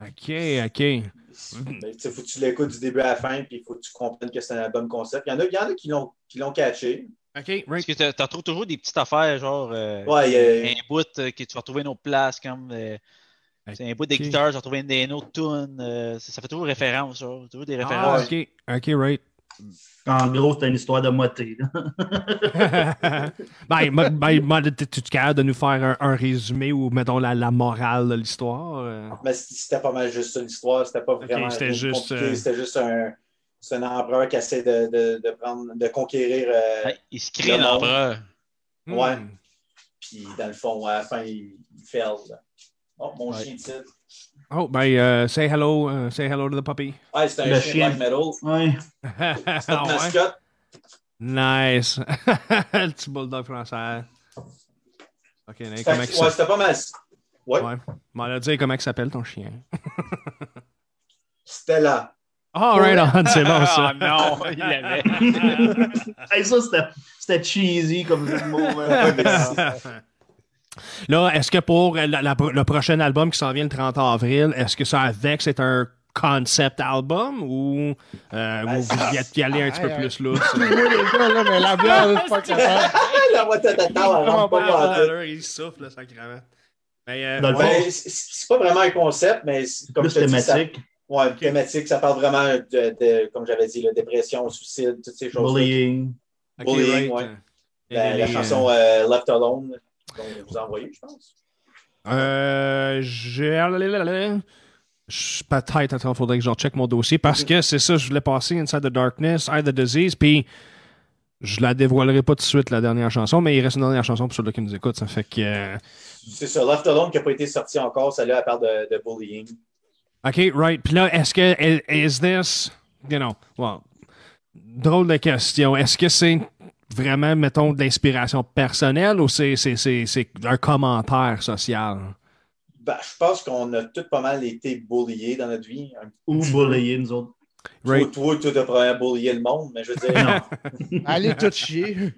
Speaker 1: Ok, ok. Mhm.
Speaker 3: Mais, Ben, tu sais, faut que tu l'écoutes du début à la fin, puis il faut que tu comprennes que c'est un album concept. Il y en a, il y en a qui l'ont, qui l'ont catché.
Speaker 1: Ok,
Speaker 4: Parce
Speaker 1: right.
Speaker 4: que t'as- t'en trouves toujours des petites affaires, genre euh,
Speaker 3: Ouais, il y a-
Speaker 4: un bout euh, que tu vas retrouver une autre place, comme euh, c'est un bout de
Speaker 1: Ok.
Speaker 4: guitare, j'ai retrouvé une, une autre tune. euh, ça ça fait toujours référence, genre. Toujours des
Speaker 1: Ah,
Speaker 4: références.
Speaker 1: ok, ok, right.
Speaker 5: En gros, c'est une histoire de moitié. là.
Speaker 1: *laughs* ben, ma- ben, ma- tu tu es capable de nous faire un, un résumé ou, mettons, la, la morale de l'histoire? euh?
Speaker 3: Mais c- c'était pas mal juste une histoire, c'était pas vraiment.
Speaker 1: c'était
Speaker 3: rien de
Speaker 1: juste,
Speaker 3: compliqué,
Speaker 1: euh,
Speaker 3: C'était juste un, c'est un empereur qui essaie de, de, de prendre, de conquérir. euh,
Speaker 4: Ouais, il se crée
Speaker 3: Le monde.
Speaker 4: l'empereur.
Speaker 3: Ouais.
Speaker 1: Hmm.
Speaker 3: Puis dans le fond, à la fin, il, il fail. là. Oh, mon
Speaker 4: Ouais.
Speaker 3: chien de titre.
Speaker 1: Oh, ben, euh, say hello, euh, say hello to the puppy. *laughs*
Speaker 3: Ouais, c'est un
Speaker 5: Le
Speaker 3: chien,
Speaker 5: chien.
Speaker 3: black metal.
Speaker 5: Ouais.
Speaker 1: Ah,
Speaker 3: C'est notre
Speaker 1: ouais.
Speaker 3: mascotte.
Speaker 1: Nice. *laughs* le petit bulldog français. Ok, Nate,
Speaker 3: Fait que,
Speaker 1: comment il
Speaker 3: ouais,
Speaker 1: s'appelle?
Speaker 3: c'était pas mal. Ouais,
Speaker 1: Ouais. M'en a dit comment il s'appelle ton chien.
Speaker 3: Stella.
Speaker 1: All right, on, *laughs* c'est bon ça.
Speaker 4: Ah non, il l'avait.
Speaker 1: *laughs*
Speaker 5: Hey, ça, c'était- c'était cheesy comme jeu de
Speaker 1: *laughs*
Speaker 5: mots. hein.
Speaker 1: Là, est-ce que pour la- la- le prochain album qui s'en vient le 30 avril, est-ce que ça avec c'est un concept album ou euh, vous,
Speaker 3: Ah,
Speaker 1: vous y, y allez un petit peu plus là?
Speaker 3: *laughs*
Speaker 2: Oui, les gars, là, mais la bière, là, c'est pas capable.
Speaker 3: La voix de tata, elle rentre pas dans la tête.
Speaker 1: il souffle sa cravate. Mais, euh,
Speaker 5: Dans le
Speaker 1: ouais.
Speaker 3: Ouais, c'est- c'est pas vraiment un concept, mais c'est- comme
Speaker 5: Plus
Speaker 3: je te dis, ça,
Speaker 5: thématique.
Speaker 3: ouais, thématique, ça parle vraiment de, de- comme j'avais dit, la dépression, suicide, toutes ces choses.
Speaker 5: Bullying.
Speaker 1: Ok, right.
Speaker 3: Bullying, ouais.
Speaker 1: Et
Speaker 3: La, la
Speaker 1: les-
Speaker 3: chanson euh, Left Alone qu'on vous a envoyée, je pense.
Speaker 1: Euh, j'ai- je- Peut-être, attends, faudrait que je recheck mon dossier parce que c'est ça, je voulais passer Inside the Darkness, Eye the Disease, puis je la dévoilerai pas tout de suite, la dernière chanson, mais il reste une dernière chanson pour ceux qui nous écoutent. Ça fait que. euh,
Speaker 3: C'est ça, Left Alone qui n'a pas été sorti encore, celle-là, elle parle de, de bullying.
Speaker 1: OK, right. Puis là, est-ce que. Is this. You know, well, drôle de question. Est-ce que c'est vraiment, mettons, de l'inspiration personnelle ou c'est c'est- c'est- c'est un commentaire social?
Speaker 3: Ben, je pense qu'on a tous pas mal été bulliés dans notre vie. Un petit
Speaker 5: Ou bullying, nous autres.
Speaker 3: peu.
Speaker 1: Right.
Speaker 3: Toi, toi, tu devrais bullier le monde, mais je veux dire,
Speaker 5: Non.
Speaker 2: Allez, tout chier.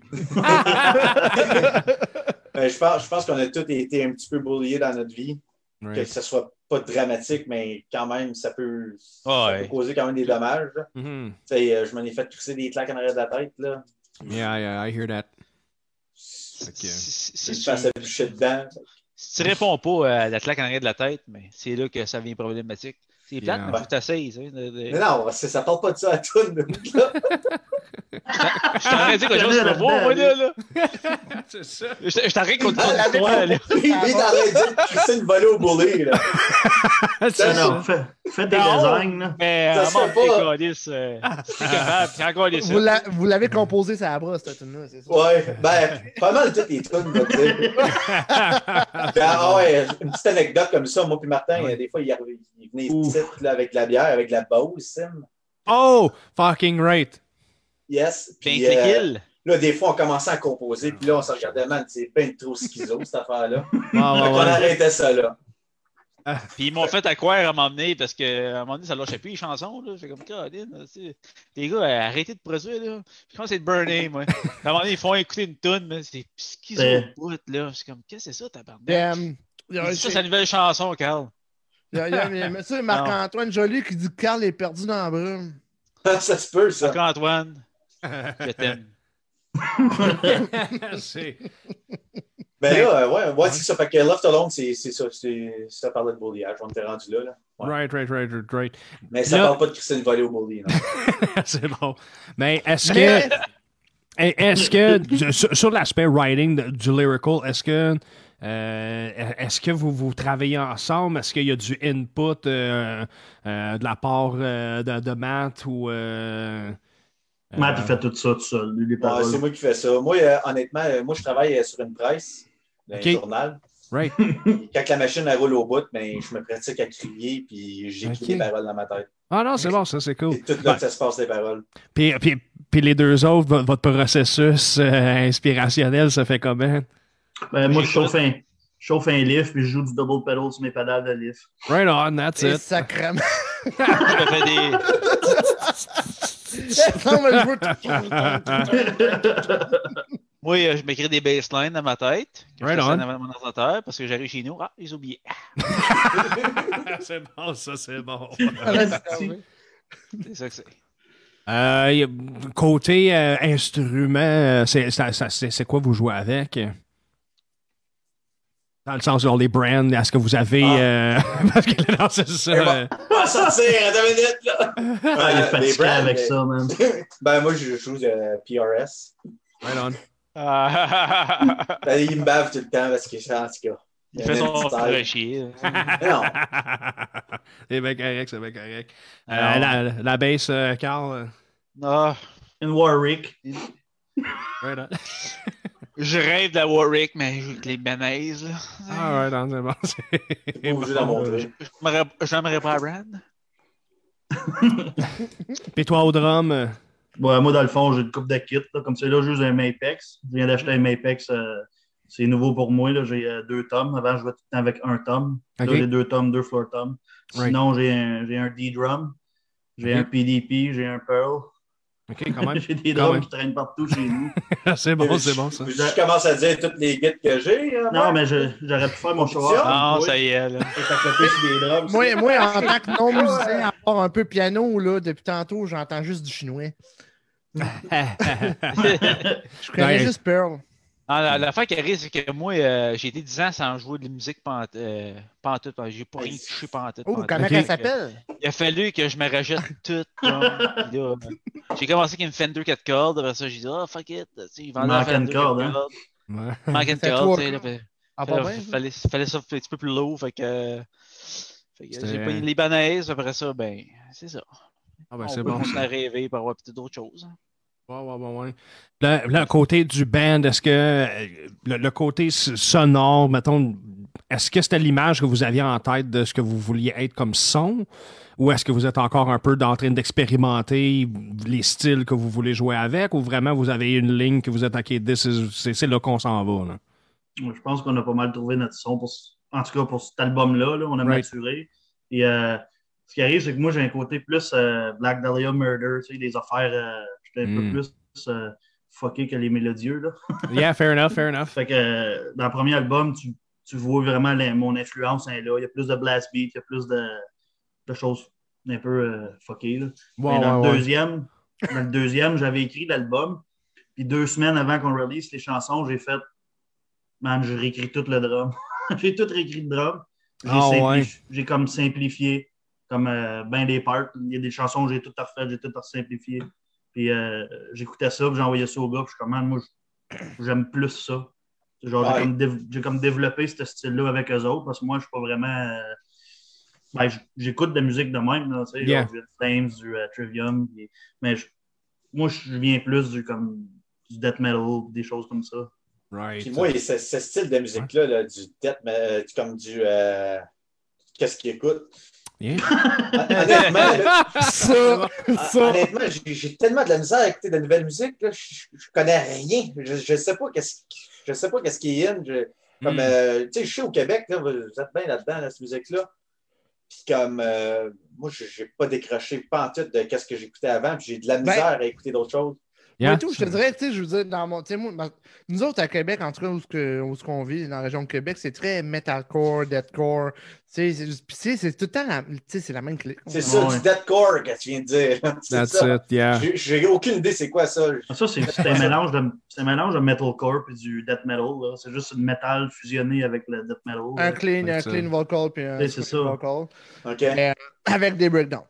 Speaker 3: ben, je pense, je pense qu'on a tous été un petit peu bulliés dans notre vie. Que
Speaker 1: Right.
Speaker 3: ce soit pas dramatique, mais quand même, ça peut, ça
Speaker 4: Ouais.
Speaker 3: peut causer quand même des dommages. là.
Speaker 1: Mhm.
Speaker 3: Tu sais, euh, je m'en ai fait crisser des claques en arrière de la tête. Là.
Speaker 1: Yeah, yeah, I hear that.
Speaker 4: Si-
Speaker 1: que-
Speaker 4: si-
Speaker 3: Je
Speaker 4: si
Speaker 3: me
Speaker 4: tu-
Speaker 3: suis fait bûcher dedans.
Speaker 4: Si tu réponds pas euh, à la claque en arrière de la tête, mais c'est là que ça devient problématique. C'est plate,
Speaker 1: Yeah.
Speaker 4: mais faut que t'essayes. hein, de- de-
Speaker 3: Mais non, c'est- ça parle pas de ça à tout. le monde, là.
Speaker 4: Je t'aurais
Speaker 3: *laughs*
Speaker 4: dit quelque chose
Speaker 5: J'avais
Speaker 4: pour voir, moi, là.
Speaker 5: là-dedans,
Speaker 4: là.
Speaker 1: *laughs* C'est ça.
Speaker 4: Je je t'aurais contre toi, là.
Speaker 3: Lui, il est en train de dire crisser une volée au bully. Là.
Speaker 1: C'est
Speaker 5: Non,
Speaker 1: ça.
Speaker 5: fais, fais des
Speaker 4: Non.
Speaker 5: designs.
Speaker 4: *laughs*
Speaker 5: là.
Speaker 4: Mais
Speaker 3: Ça
Speaker 4: à
Speaker 3: se
Speaker 4: mon
Speaker 3: fait pas.
Speaker 4: décalisse, euh, c'est capable, c'est encore des
Speaker 2: Ah. Vous la- vous l'avez composé, ça bras, cette tune-là, c'est ça?
Speaker 3: Ouais, ben, pas mal toutes les tunes, je veux dire. Ah ouais, une petite anecdote comme ça, moi puis Martin,
Speaker 1: Ouais.
Speaker 3: des fois, il, arrivait- il venait
Speaker 5: Ouf.
Speaker 3: ici là, avec de la bière, avec de la hein. Bose, Sim.
Speaker 1: oh, fucking right.
Speaker 3: Yes.
Speaker 4: Bien
Speaker 3: Puis, euh,
Speaker 4: tranquille.
Speaker 3: là, des fois, on commençait à composer, puis là, on se regardait, man, c'est ben trop schizo, cette affaire-là.
Speaker 1: *laughs* Ah,
Speaker 3: Donc,
Speaker 1: ouais,
Speaker 3: on
Speaker 1: ouais.
Speaker 3: arrêtait ça, là. *laughs*
Speaker 4: Puis ils m'ont fait à croire à m'emmener parce que à un moment donné, ça lâchait plus les chansons. Là. J'ai comme Caroline, là, tu sais, les gars, euh, arrêtez de produire. Là. Je commence à être burné, moi. Puis à un moment donné, ils font écouter une toune, mais c'est schizo
Speaker 5: Ouais.
Speaker 4: de bout, là. Je suis comme, qu'est-ce que c'est ça, tabarnak?
Speaker 2: Damn. Il y a,
Speaker 4: Il dit, Ça, c'est la nouvelle chanson, Carl.
Speaker 2: il y a- il y a- il y a monsieur Marc-Antoine Joly qui dit que Carl est perdu dans la brume.
Speaker 3: ça se peut, ça.
Speaker 4: Marc-Antoine, je
Speaker 1: *laughs*
Speaker 4: t'aime.
Speaker 1: C'est-
Speaker 3: Ben là, euh, ouais, ouais, c'est ça. Fait que Left Alone, c'est c'est ça. c'est- Ça parlait de bullyage. On était rendu là, là. Ouais.
Speaker 1: Right, right, right, right, right. *laughs*
Speaker 3: Mais ça
Speaker 1: Là-
Speaker 3: parle pas de Christine Volley au bully,
Speaker 1: *laughs*
Speaker 3: non.
Speaker 1: C'est bon. Mais est-ce
Speaker 2: Mais-
Speaker 1: que. Eh, Est-ce que, du- sur, sur l'aspect writing de- du lyrical, est-ce que, euh, est-ce que vous, vous travaillez ensemble? Est-ce qu'il y a du input euh, euh, de la part euh, de, de Matt ou. euh, euh,
Speaker 5: Matt, il fait tout ça tout seul, lui, les
Speaker 3: Ouais, c'est
Speaker 5: paroles.
Speaker 3: moi qui fais ça. Moi, euh, honnêtement, euh, moi, je travaille euh, sur une presse, dans
Speaker 1: Ok. *laughs*
Speaker 3: un journal.
Speaker 1: Right.
Speaker 3: Puis Quand la machine elle roule au bout, ben, je me pratique à crier, puis j'écris
Speaker 1: Ok.
Speaker 3: des paroles dans ma tête.
Speaker 1: Ah non, c'est bon, ça, c'est cool.
Speaker 3: C'est tout là que ça se passe, les paroles.
Speaker 1: Puis, puis, puis les deux autres, vo- votre processus euh, inspirationnel, ça fait comment?
Speaker 5: Ben, moi,
Speaker 4: J'écoute.
Speaker 5: je chauffe un, je chauffe un lift puis je joue du double pedal sur mes pédales de lift. *laughs*
Speaker 1: Right on, that's
Speaker 2: C'est *laughs*
Speaker 1: it.
Speaker 2: sacrément.
Speaker 4: Je me fais des.
Speaker 2: Non, mais je veux tout-
Speaker 4: Moi, euh, je m'écris des baselines dans ma tête. Que
Speaker 1: Right
Speaker 4: je fais
Speaker 1: on.
Speaker 4: ça devant mon ordinateur parce que j'arrive chez nous. Ah, ils oubliaient.
Speaker 1: c'est bon, ça, c'est bon.
Speaker 4: C'est ça que c'est.
Speaker 1: Euh, y a- côté euh, instrument, euh, c'est ça- ça- c'est- c'est quoi vous jouez avec? Dans le sens, genre, les brands, est-ce que vous avez...
Speaker 3: Ah. Eh ben.
Speaker 1: euh, *laughs* parce que là, non, c'est ça.
Speaker 3: Et moi-
Speaker 1: euh,
Speaker 3: On va sortir, attends une minute, là! *laughs*
Speaker 5: Ah,
Speaker 3: Euh,
Speaker 5: il est
Speaker 3: les
Speaker 5: fatigué
Speaker 3: brands,
Speaker 5: avec
Speaker 3: mais-
Speaker 5: ça, man.
Speaker 3: Ben, moi, je joue euh, PRS.
Speaker 1: right on.
Speaker 4: Ah,
Speaker 3: Ben, il me bave tout le temps parce que je en tout cas.
Speaker 4: il fait son fraîchier.
Speaker 2: *laughs*
Speaker 3: Eh Non,
Speaker 1: c'est bien correct, c'est bien correct. Euh,
Speaker 4: Alors-
Speaker 1: la, la bass, euh, Carl... euh,
Speaker 4: Ah,
Speaker 5: In Warwick.
Speaker 1: Right on. *laughs*
Speaker 4: je rêve de la Warwick, mais avec les manaises. là.
Speaker 1: Ah, right on, c'est bon. *laughs* c'est-
Speaker 3: pas obligé d'en montrer.
Speaker 4: J'aimerais- J'aimerais pas Brad.
Speaker 1: Puis toi, au drum... euh,
Speaker 5: Ouais, moi, dans le fond, j'ai une coupe de kit. Là, comme celui-là, juste un Mapex. Je viens d'acheter un
Speaker 1: Mm.
Speaker 5: Mapex. euh, c'est nouveau pour moi. là. J'ai euh, deux tomes. Avant, je jouais tout le temps avec un tome.
Speaker 1: Ok.
Speaker 5: Là, j'ai deux tomes, deux floor tomes.
Speaker 1: Right.
Speaker 5: Sinon, j'ai un, j'ai un D-Drum. J'ai
Speaker 1: Ok.
Speaker 5: un PDP. J'ai un Pearl.
Speaker 1: OK, quand *laughs* même.
Speaker 5: *laughs* j'ai des
Speaker 1: Quand
Speaker 5: drums
Speaker 1: même.
Speaker 5: qui traînent partout chez nous.
Speaker 1: Ah, c'est bon, c'est bon, ça. *laughs*
Speaker 3: Je, je commence à dire toutes les guides que j'ai. hein,
Speaker 5: Non,
Speaker 3: moi.
Speaker 5: mais je- j'aurais pu faire mon show
Speaker 4: Non, ça Ah, y est, là.
Speaker 5: J'ai tapé sur des drums.
Speaker 2: Moi, moi, en tant que non-musicien, à part un peu piano, là, depuis tantôt, j'entends juste du chinois.
Speaker 5: *laughs*
Speaker 2: Je connais
Speaker 1: Ouais.
Speaker 2: juste Pearl.
Speaker 4: Ah, la- L'affaire qui arrive, c'est que moi, euh, j'ai été 10 ans sans jouer de la musique pantoute. Euh, pantoute parce que j'ai pas rien touché pantoute.
Speaker 2: Oh,
Speaker 4: pantoute.
Speaker 2: comment
Speaker 1: Ok.
Speaker 2: elle s'appelle?
Speaker 4: Il a fallu que je me rejette tout. comme, puis là, euh, j'ai commencé avec une Fender 4 cordes. Après ça, j'ai dit, ah, fuck it. tu sais, Il vendait la
Speaker 5: Manquait une
Speaker 4: Fender
Speaker 5: corde,
Speaker 4: 4
Speaker 5: hein.
Speaker 4: cordes.
Speaker 1: Ouais.
Speaker 4: Manquait une
Speaker 2: C'est à
Speaker 4: corde,
Speaker 2: toi,
Speaker 4: tu sais, là,
Speaker 2: quoi.
Speaker 4: fait-
Speaker 2: Ah,
Speaker 4: fait-
Speaker 2: pas bien?
Speaker 1: *laughs*
Speaker 2: ça?
Speaker 4: fallait, fallait ça un petit peu plus low. Fait que, euh, fait que
Speaker 1: C'était-
Speaker 4: j'ai pogné les banaises. Après ça, ben, c'est ça.
Speaker 1: Ah ben
Speaker 4: on
Speaker 1: c'est
Speaker 4: peut
Speaker 1: bon.
Speaker 4: continuer
Speaker 1: ça.
Speaker 4: à rêver par avoir peut-être d'autres choses. hein.
Speaker 1: Ouais, ouais, ouais, ouais. Là, là, côté du band, est-ce que euh, le, le côté s- sonore, mettons, est-ce que c'était l'image que vous aviez en tête de ce que vous vouliez être comme son? Ou est-ce que vous êtes encore un peu en train d'expérimenter les styles que vous voulez jouer avec? Ou vraiment vous avez une ligne que vous êtes OK, this is- c'est c'est là qu'on s'en va? Là.
Speaker 5: Je pense qu'on a pas mal trouvé notre son, pour, ce- en tout cas pour cet album-là. là, on a
Speaker 1: Right.
Speaker 5: maturé. Et euh, ce qui arrive, c'est que moi, j'ai un côté plus euh, Black Dahlia Murder, tu sais, des affaires, euh, j'étais un
Speaker 1: Mm.
Speaker 5: peu plus euh, fucké que les mélodieux. Là.
Speaker 1: Yeah, fair enough, fair enough.
Speaker 5: Fait que euh, dans le premier album, tu, tu vois vraiment la- mon influence hein, là. Il y a plus de blast beat, il y a plus de, de choses un peu euh, fuckées. Là.
Speaker 1: Ouais,
Speaker 5: Mais dans,
Speaker 1: ouais,
Speaker 5: le
Speaker 1: ouais.
Speaker 5: deuxième, dans le deuxième, j'avais écrit l'album. Puis deux semaines avant qu'on release les chansons, j'ai fait Man, je réécris tout le drum. *laughs* j'ai tout réécrit le drum. J'ai
Speaker 1: Ah,
Speaker 5: simpli-
Speaker 1: ouais.
Speaker 5: j'ai comme simplifié, comme euh, ben des parts. Il y a des chansons que j'ai tout refaites, j'ai tout simplifié. Puis euh, j'écoutais ça, puis j'envoyais ça au gars, puis je suis comme, Man, moi, je- j'aime plus ça. Genre, j'ai
Speaker 3: Ouais.
Speaker 5: comme, dév- j'ai comme développé ce style-là avec eux autres, parce que moi, je suis pas vraiment. euh, ben, j- j'écoute de la musique de même, là, tu sais,
Speaker 1: Yeah.
Speaker 5: genre, du Flames, du euh, Trivium, puis- mais je- moi, je viens plus du, comme, du death metal, des choses comme ça.
Speaker 1: Right.
Speaker 3: Puis moi, ce, ce style de musique-là, là, du death, mais, euh, du- comme du. euh, Qu'est-ce qu'ils écoutent?
Speaker 1: Yeah.
Speaker 3: Hon- Honnêtement, là,
Speaker 2: Ça! ça!
Speaker 3: Ah, Honnêtement, j'ai- j'ai tellement de la misère à écouter de la nouvelle musique. là, je, je connais rien. Je ne sais pas qu'est-ce je sais pas qu'est-ce qui est in. Je, comme,
Speaker 1: Mm.
Speaker 3: euh, tu sais, je suis au Québec, là, vous vous êtes bien là-dedans, là, cette musique-là. Puis comme, euh, moi, je n'ai pas décroché pas en tout de qu'est-ce que j'écoutais avant. Puis j'ai de la
Speaker 2: Ben-
Speaker 3: misère à écouter d'autres choses.
Speaker 1: Yeah.
Speaker 2: Moi et tout, je te dirais, tu sais, je veux dire, dans mon, tu sais, moi, ma- nous autres à Québec, en tout cas, où, ce que- où ce qu'on vit, dans la région de Québec, c'est très metalcore, deathcore. Tu sais, c'est- puis tu sais, c'est tout le temps la, tu sais, c'est la même clé.
Speaker 3: C'est ça,
Speaker 5: Ouais.
Speaker 3: du deathcore que tu viens de dire. C'est
Speaker 1: That's
Speaker 3: ça.
Speaker 1: it, yeah.
Speaker 3: J'ai- J'ai aucune idée c'est quoi ça.
Speaker 5: Ah, Ça, c'est c'est un, mélange de- c'est un mélange de metalcore et du death metal. là. C'est juste le metal fusionné avec le death metal. euh.
Speaker 2: Un
Speaker 5: là.
Speaker 2: clean, un
Speaker 1: C'est ça.
Speaker 2: clean vocal, puis un
Speaker 5: Oui, c'est
Speaker 2: scream
Speaker 5: ça.
Speaker 2: vocal.
Speaker 3: OK.
Speaker 2: Avec des breakdowns.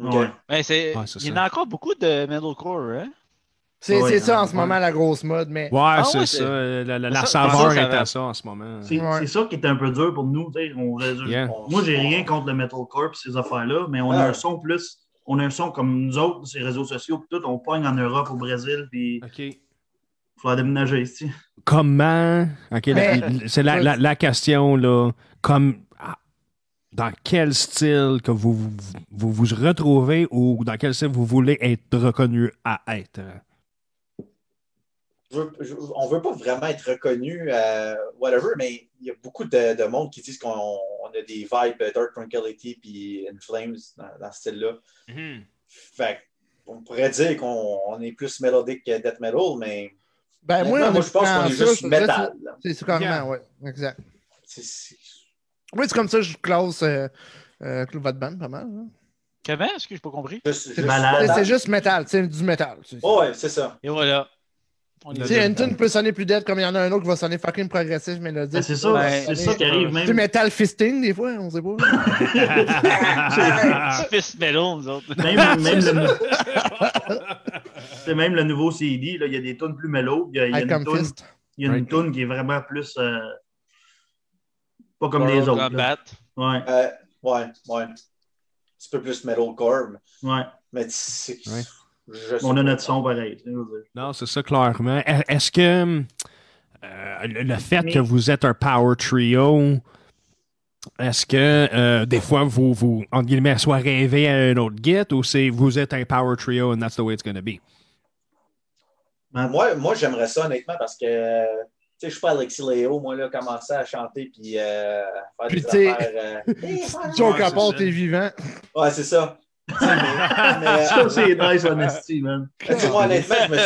Speaker 3: OK.
Speaker 5: Ouais.
Speaker 4: Mais Ben, c'est,
Speaker 1: Ouais, c'est
Speaker 4: il y en
Speaker 1: ça.
Speaker 4: a encore beaucoup de metalcore, hein?
Speaker 2: C'est
Speaker 5: Ouais,
Speaker 2: c'est ça en
Speaker 5: ouais.
Speaker 2: ce moment la grosse mode,
Speaker 1: Ouais,
Speaker 2: mais
Speaker 1: c'est
Speaker 4: Ah, ouais,
Speaker 1: ça. euh,
Speaker 4: c'est-
Speaker 1: La, la- la
Speaker 4: Ça-
Speaker 1: saveur
Speaker 4: ça, ça
Speaker 1: est à
Speaker 4: va.
Speaker 1: ça en ce moment.
Speaker 5: C'est
Speaker 2: Ouais.
Speaker 5: c'est ça qui est un peu dur pour nous. tu sais, on-
Speaker 1: Yeah.
Speaker 3: On-
Speaker 5: Moi, j'ai rien contre le metalcore et ces affaires-là, mais on a
Speaker 3: Ah.
Speaker 5: un son plus. On a un son comme nous autres, ces réseaux sociaux, pis tout, on pogne en Europe, au Brésil, puis
Speaker 1: OK.
Speaker 5: il faut déménager ici.
Speaker 1: comment. OK, la-
Speaker 2: Mais-
Speaker 1: la- c'est la, la- la question, là. Comme. ah, Dans quel style que vous vous, vous vous retrouvez ou dans quel style vous voulez être reconnu à être?
Speaker 3: je veux- je- on veut pas vraiment être reconnu, euh, whatever, mais il y a beaucoup de, de monde qui disent qu'on on a des vibes euh, Dark Tranquility puis In Flames dans, dans ce style-là.
Speaker 4: Mhm.
Speaker 3: Fait on pourrait dire qu'on on est plus mélodique que death metal, mais
Speaker 2: ben, moi,
Speaker 3: honnêtement,
Speaker 2: en
Speaker 3: moi, je pense
Speaker 2: écoutant
Speaker 3: qu'on est
Speaker 2: ça,
Speaker 3: juste
Speaker 2: je-
Speaker 3: metal. là.
Speaker 2: C'est c'est carrément,
Speaker 1: Yeah.
Speaker 2: ouais, exact.
Speaker 3: C'est- c'est-
Speaker 2: Oui, c'est comme ça que je classe euh, euh, clou votre band pas mal. hein.
Speaker 4: Comment? Est-ce que j'ai pas compris?
Speaker 3: juste- juste
Speaker 5: malade.
Speaker 2: C'est-
Speaker 3: metal.
Speaker 2: C'est juste métal, c'est du métal. c'est-
Speaker 3: Oh, ouais, c'est ça.
Speaker 4: Et voilà. On
Speaker 1: Le-
Speaker 2: Tu
Speaker 4: est *laughs*
Speaker 2: sais, une tune peut sonner plus dead comme il y en a un autre qui va sonner fucking progressif, mélodique.
Speaker 5: Ben, C'est ça,
Speaker 4: Ouais.
Speaker 5: c'est ça qui arrive
Speaker 2: Tu sais,
Speaker 5: même.
Speaker 2: metal fisting, des fois, on sait pas.
Speaker 4: un petit fist metal, nous autres.
Speaker 5: *laughs*
Speaker 1: Ben,
Speaker 5: Même, même le, *laughs* C'est même le nouveau CD, là, il y a des tunes plus mélo, il y a, il y a
Speaker 2: I
Speaker 5: une
Speaker 2: come
Speaker 5: tune
Speaker 2: fist.
Speaker 5: Il y a une
Speaker 1: Right.
Speaker 5: toune qui est vraiment plus. euh, pas comme les
Speaker 4: Mortal
Speaker 5: autres. là.
Speaker 4: Kombat.
Speaker 5: Ouais,
Speaker 3: Euh, ouais, ouais. Un petit peu plus metalcore, mais-
Speaker 5: ouais.
Speaker 3: mais c'est.
Speaker 1: Ouais.
Speaker 3: je sais
Speaker 5: On a
Speaker 3: pas.
Speaker 5: notre son pareil. je veux dire.
Speaker 1: Non, c'est ça, clairement. E- Est-ce que euh, le le fait
Speaker 5: Mais-
Speaker 1: que vous êtes un power trio, Est-ce que euh, des fois vous, vous entre guillemets, soit rêvez à un autre git ou c'est vous êtes un power trio and that's the way it's gonna be?
Speaker 3: Moi, moi j'aimerais ça, honnêtement, parce que euh, tu sais, je suis pas Alexis Léo, moi, là, commencer à chanter puis euh, faire
Speaker 2: Puis, tu
Speaker 3: des
Speaker 2: sais,
Speaker 3: affaires. euh,
Speaker 2: Joe
Speaker 4: c'est
Speaker 2: Capon,
Speaker 4: ça.
Speaker 2: t'es vivant.
Speaker 3: Ouais, c'est ça. Tu sais, *laughs* mais- mais, euh,
Speaker 5: Ça, c'est nice, honesty, man.
Speaker 3: tu sais, moi, honnêtement, je me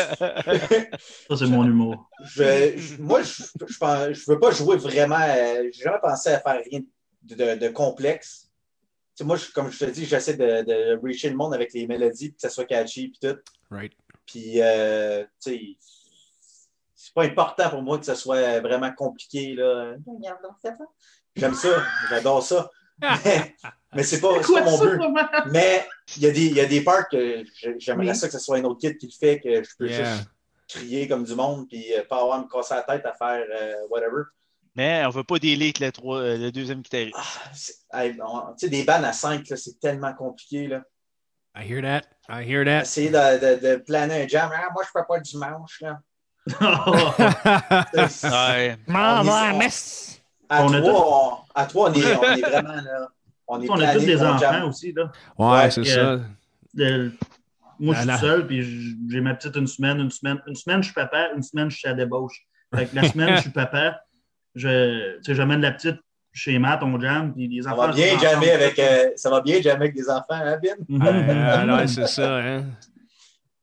Speaker 3: suis-
Speaker 4: *laughs*
Speaker 5: Ça, c'est
Speaker 3: *laughs*
Speaker 5: mon humour. *laughs*
Speaker 3: je, je- moi, je je, pense- je veux pas jouer vraiment. euh, J'ai jamais pensé à faire rien de, de- de complexe. Tu sais, moi, je- comme je te dis, j'essaie de, de reacher le monde avec les mélodies, puis que ça soit catchy, puis tout.
Speaker 1: Right.
Speaker 3: Puis, euh, tu sais, c'est pas important pour moi que ça soit vraiment compliqué. là. J'aime ça, j'adore ça. Mais, mais c'est pas, c'est pas mon but. Mais il y, a des- il y a des parts que je- j'aimerais
Speaker 2: Oui.
Speaker 3: ça que ce soit un autre kid qui le fait, que je peux
Speaker 1: Yeah.
Speaker 3: juste crier comme du monde, puis euh, pas avoir à me casser la tête à faire euh, whatever.
Speaker 4: Mais on veut pas délire avec le, trois- euh, le deuxième guitariste.
Speaker 3: Ah, c'est- hey, on- tu sais, des bandes à 5, c'est tellement compliqué. Là.
Speaker 1: I hear that. I hear that.
Speaker 3: Essayer de, de- de planer un jam, Ah, moi je peux pas dimanche.
Speaker 5: *laughs*
Speaker 3: Là. à,
Speaker 4: Ouais.
Speaker 3: On
Speaker 2: M'en
Speaker 3: est-
Speaker 2: va,
Speaker 3: on-
Speaker 2: mess.
Speaker 3: trois,
Speaker 5: On a
Speaker 3: on, à trois, on est, on est vraiment là. On est
Speaker 5: on a
Speaker 3: plané
Speaker 5: tous des
Speaker 3: pour un jam.
Speaker 5: enfants aussi, là.
Speaker 1: *laughs* Ouais,
Speaker 3: Ouais,
Speaker 1: c'est
Speaker 5: euh,
Speaker 1: ça.
Speaker 5: Le- Moi, je
Speaker 1: Ah,
Speaker 5: suis
Speaker 1: non.
Speaker 5: seul, puis j- j'ai ma petite une semaine, une semaine. Une semaine, je suis papa, une semaine, je suis à débauche.
Speaker 1: *laughs*
Speaker 5: Fait que la semaine, je suis papa, je, tu sais, j'amène la petite chez Matt, on jam, puis les
Speaker 3: Ça
Speaker 5: enfants...
Speaker 3: va bien
Speaker 5: sont
Speaker 3: jammer
Speaker 5: ensemble.
Speaker 3: avec, euh, ça va bien jammer avec des enfants, hein, Bin?
Speaker 5: Mhm.
Speaker 1: Euh, alors, c'est ça, hein?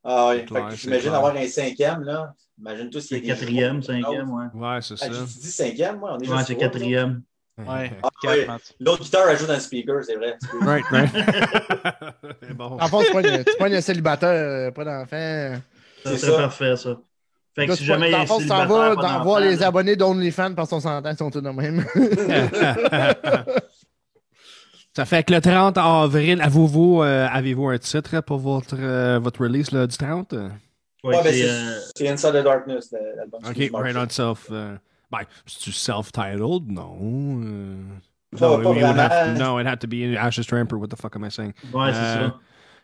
Speaker 3: Ah oui,
Speaker 1: C'est clair,
Speaker 3: Fait que
Speaker 1: c'est
Speaker 3: j'imagine
Speaker 1: clair.
Speaker 3: avoir un cinquième, là. Imagine tout ce qui
Speaker 5: C'est
Speaker 3: est
Speaker 5: quatrième, cinquième, ouais.
Speaker 1: Ouais, c'est
Speaker 3: Ah,
Speaker 1: ça.
Speaker 3: j'ai dit cinquième, moi, on est
Speaker 5: Ouais,
Speaker 3: juste
Speaker 5: c'est
Speaker 3: trois,
Speaker 5: quatrième.
Speaker 4: Ouais.
Speaker 3: Ah,
Speaker 4: Quatre,
Speaker 3: ouais.
Speaker 4: man.
Speaker 3: L'autre guitare ajoute dans le speaker, c'est vrai.
Speaker 1: Right, right. *laughs* C'est bon.
Speaker 2: En fond, tu pognes- tu pognes un célibataire, euh, pas d'enfant.
Speaker 5: Ça,
Speaker 3: C'est
Speaker 5: c'est
Speaker 3: ça.
Speaker 5: parfait, ça. Fait que
Speaker 2: Là,
Speaker 5: Ben,
Speaker 2: tu
Speaker 5: si
Speaker 2: pognes-
Speaker 5: jamais il y
Speaker 2: dans
Speaker 5: a
Speaker 2: le
Speaker 5: un
Speaker 2: fond, tu t'en vas
Speaker 5: célibataire, pas
Speaker 2: d'en voir
Speaker 5: d'enfant,
Speaker 2: les
Speaker 5: là,
Speaker 2: abonnés d'OnlyFans parce qu'on s'entend, ils sont tous de même.
Speaker 1: ça fait que le 30 avril, avez-vous euh, avez-vous un titre pour votre, euh, votre release là, du 30?
Speaker 3: Ouais,
Speaker 5: ouais,
Speaker 3: mais
Speaker 1: ben,
Speaker 5: c'est,
Speaker 3: c'est
Speaker 5: euh,
Speaker 3: c'est Inside the Darkness, le- l'album.
Speaker 1: Ok,
Speaker 3: Excuse-moi.
Speaker 1: right on self. euh, ben, c'est-tu self-titled? Non. euh,
Speaker 3: Pas-
Speaker 1: no,
Speaker 3: pas
Speaker 1: it would have-
Speaker 3: vraiment.
Speaker 1: no, it had to be Ashes to Emperor. What the fuck am I saying?
Speaker 5: ouais, c'est
Speaker 1: Euh,
Speaker 5: ça.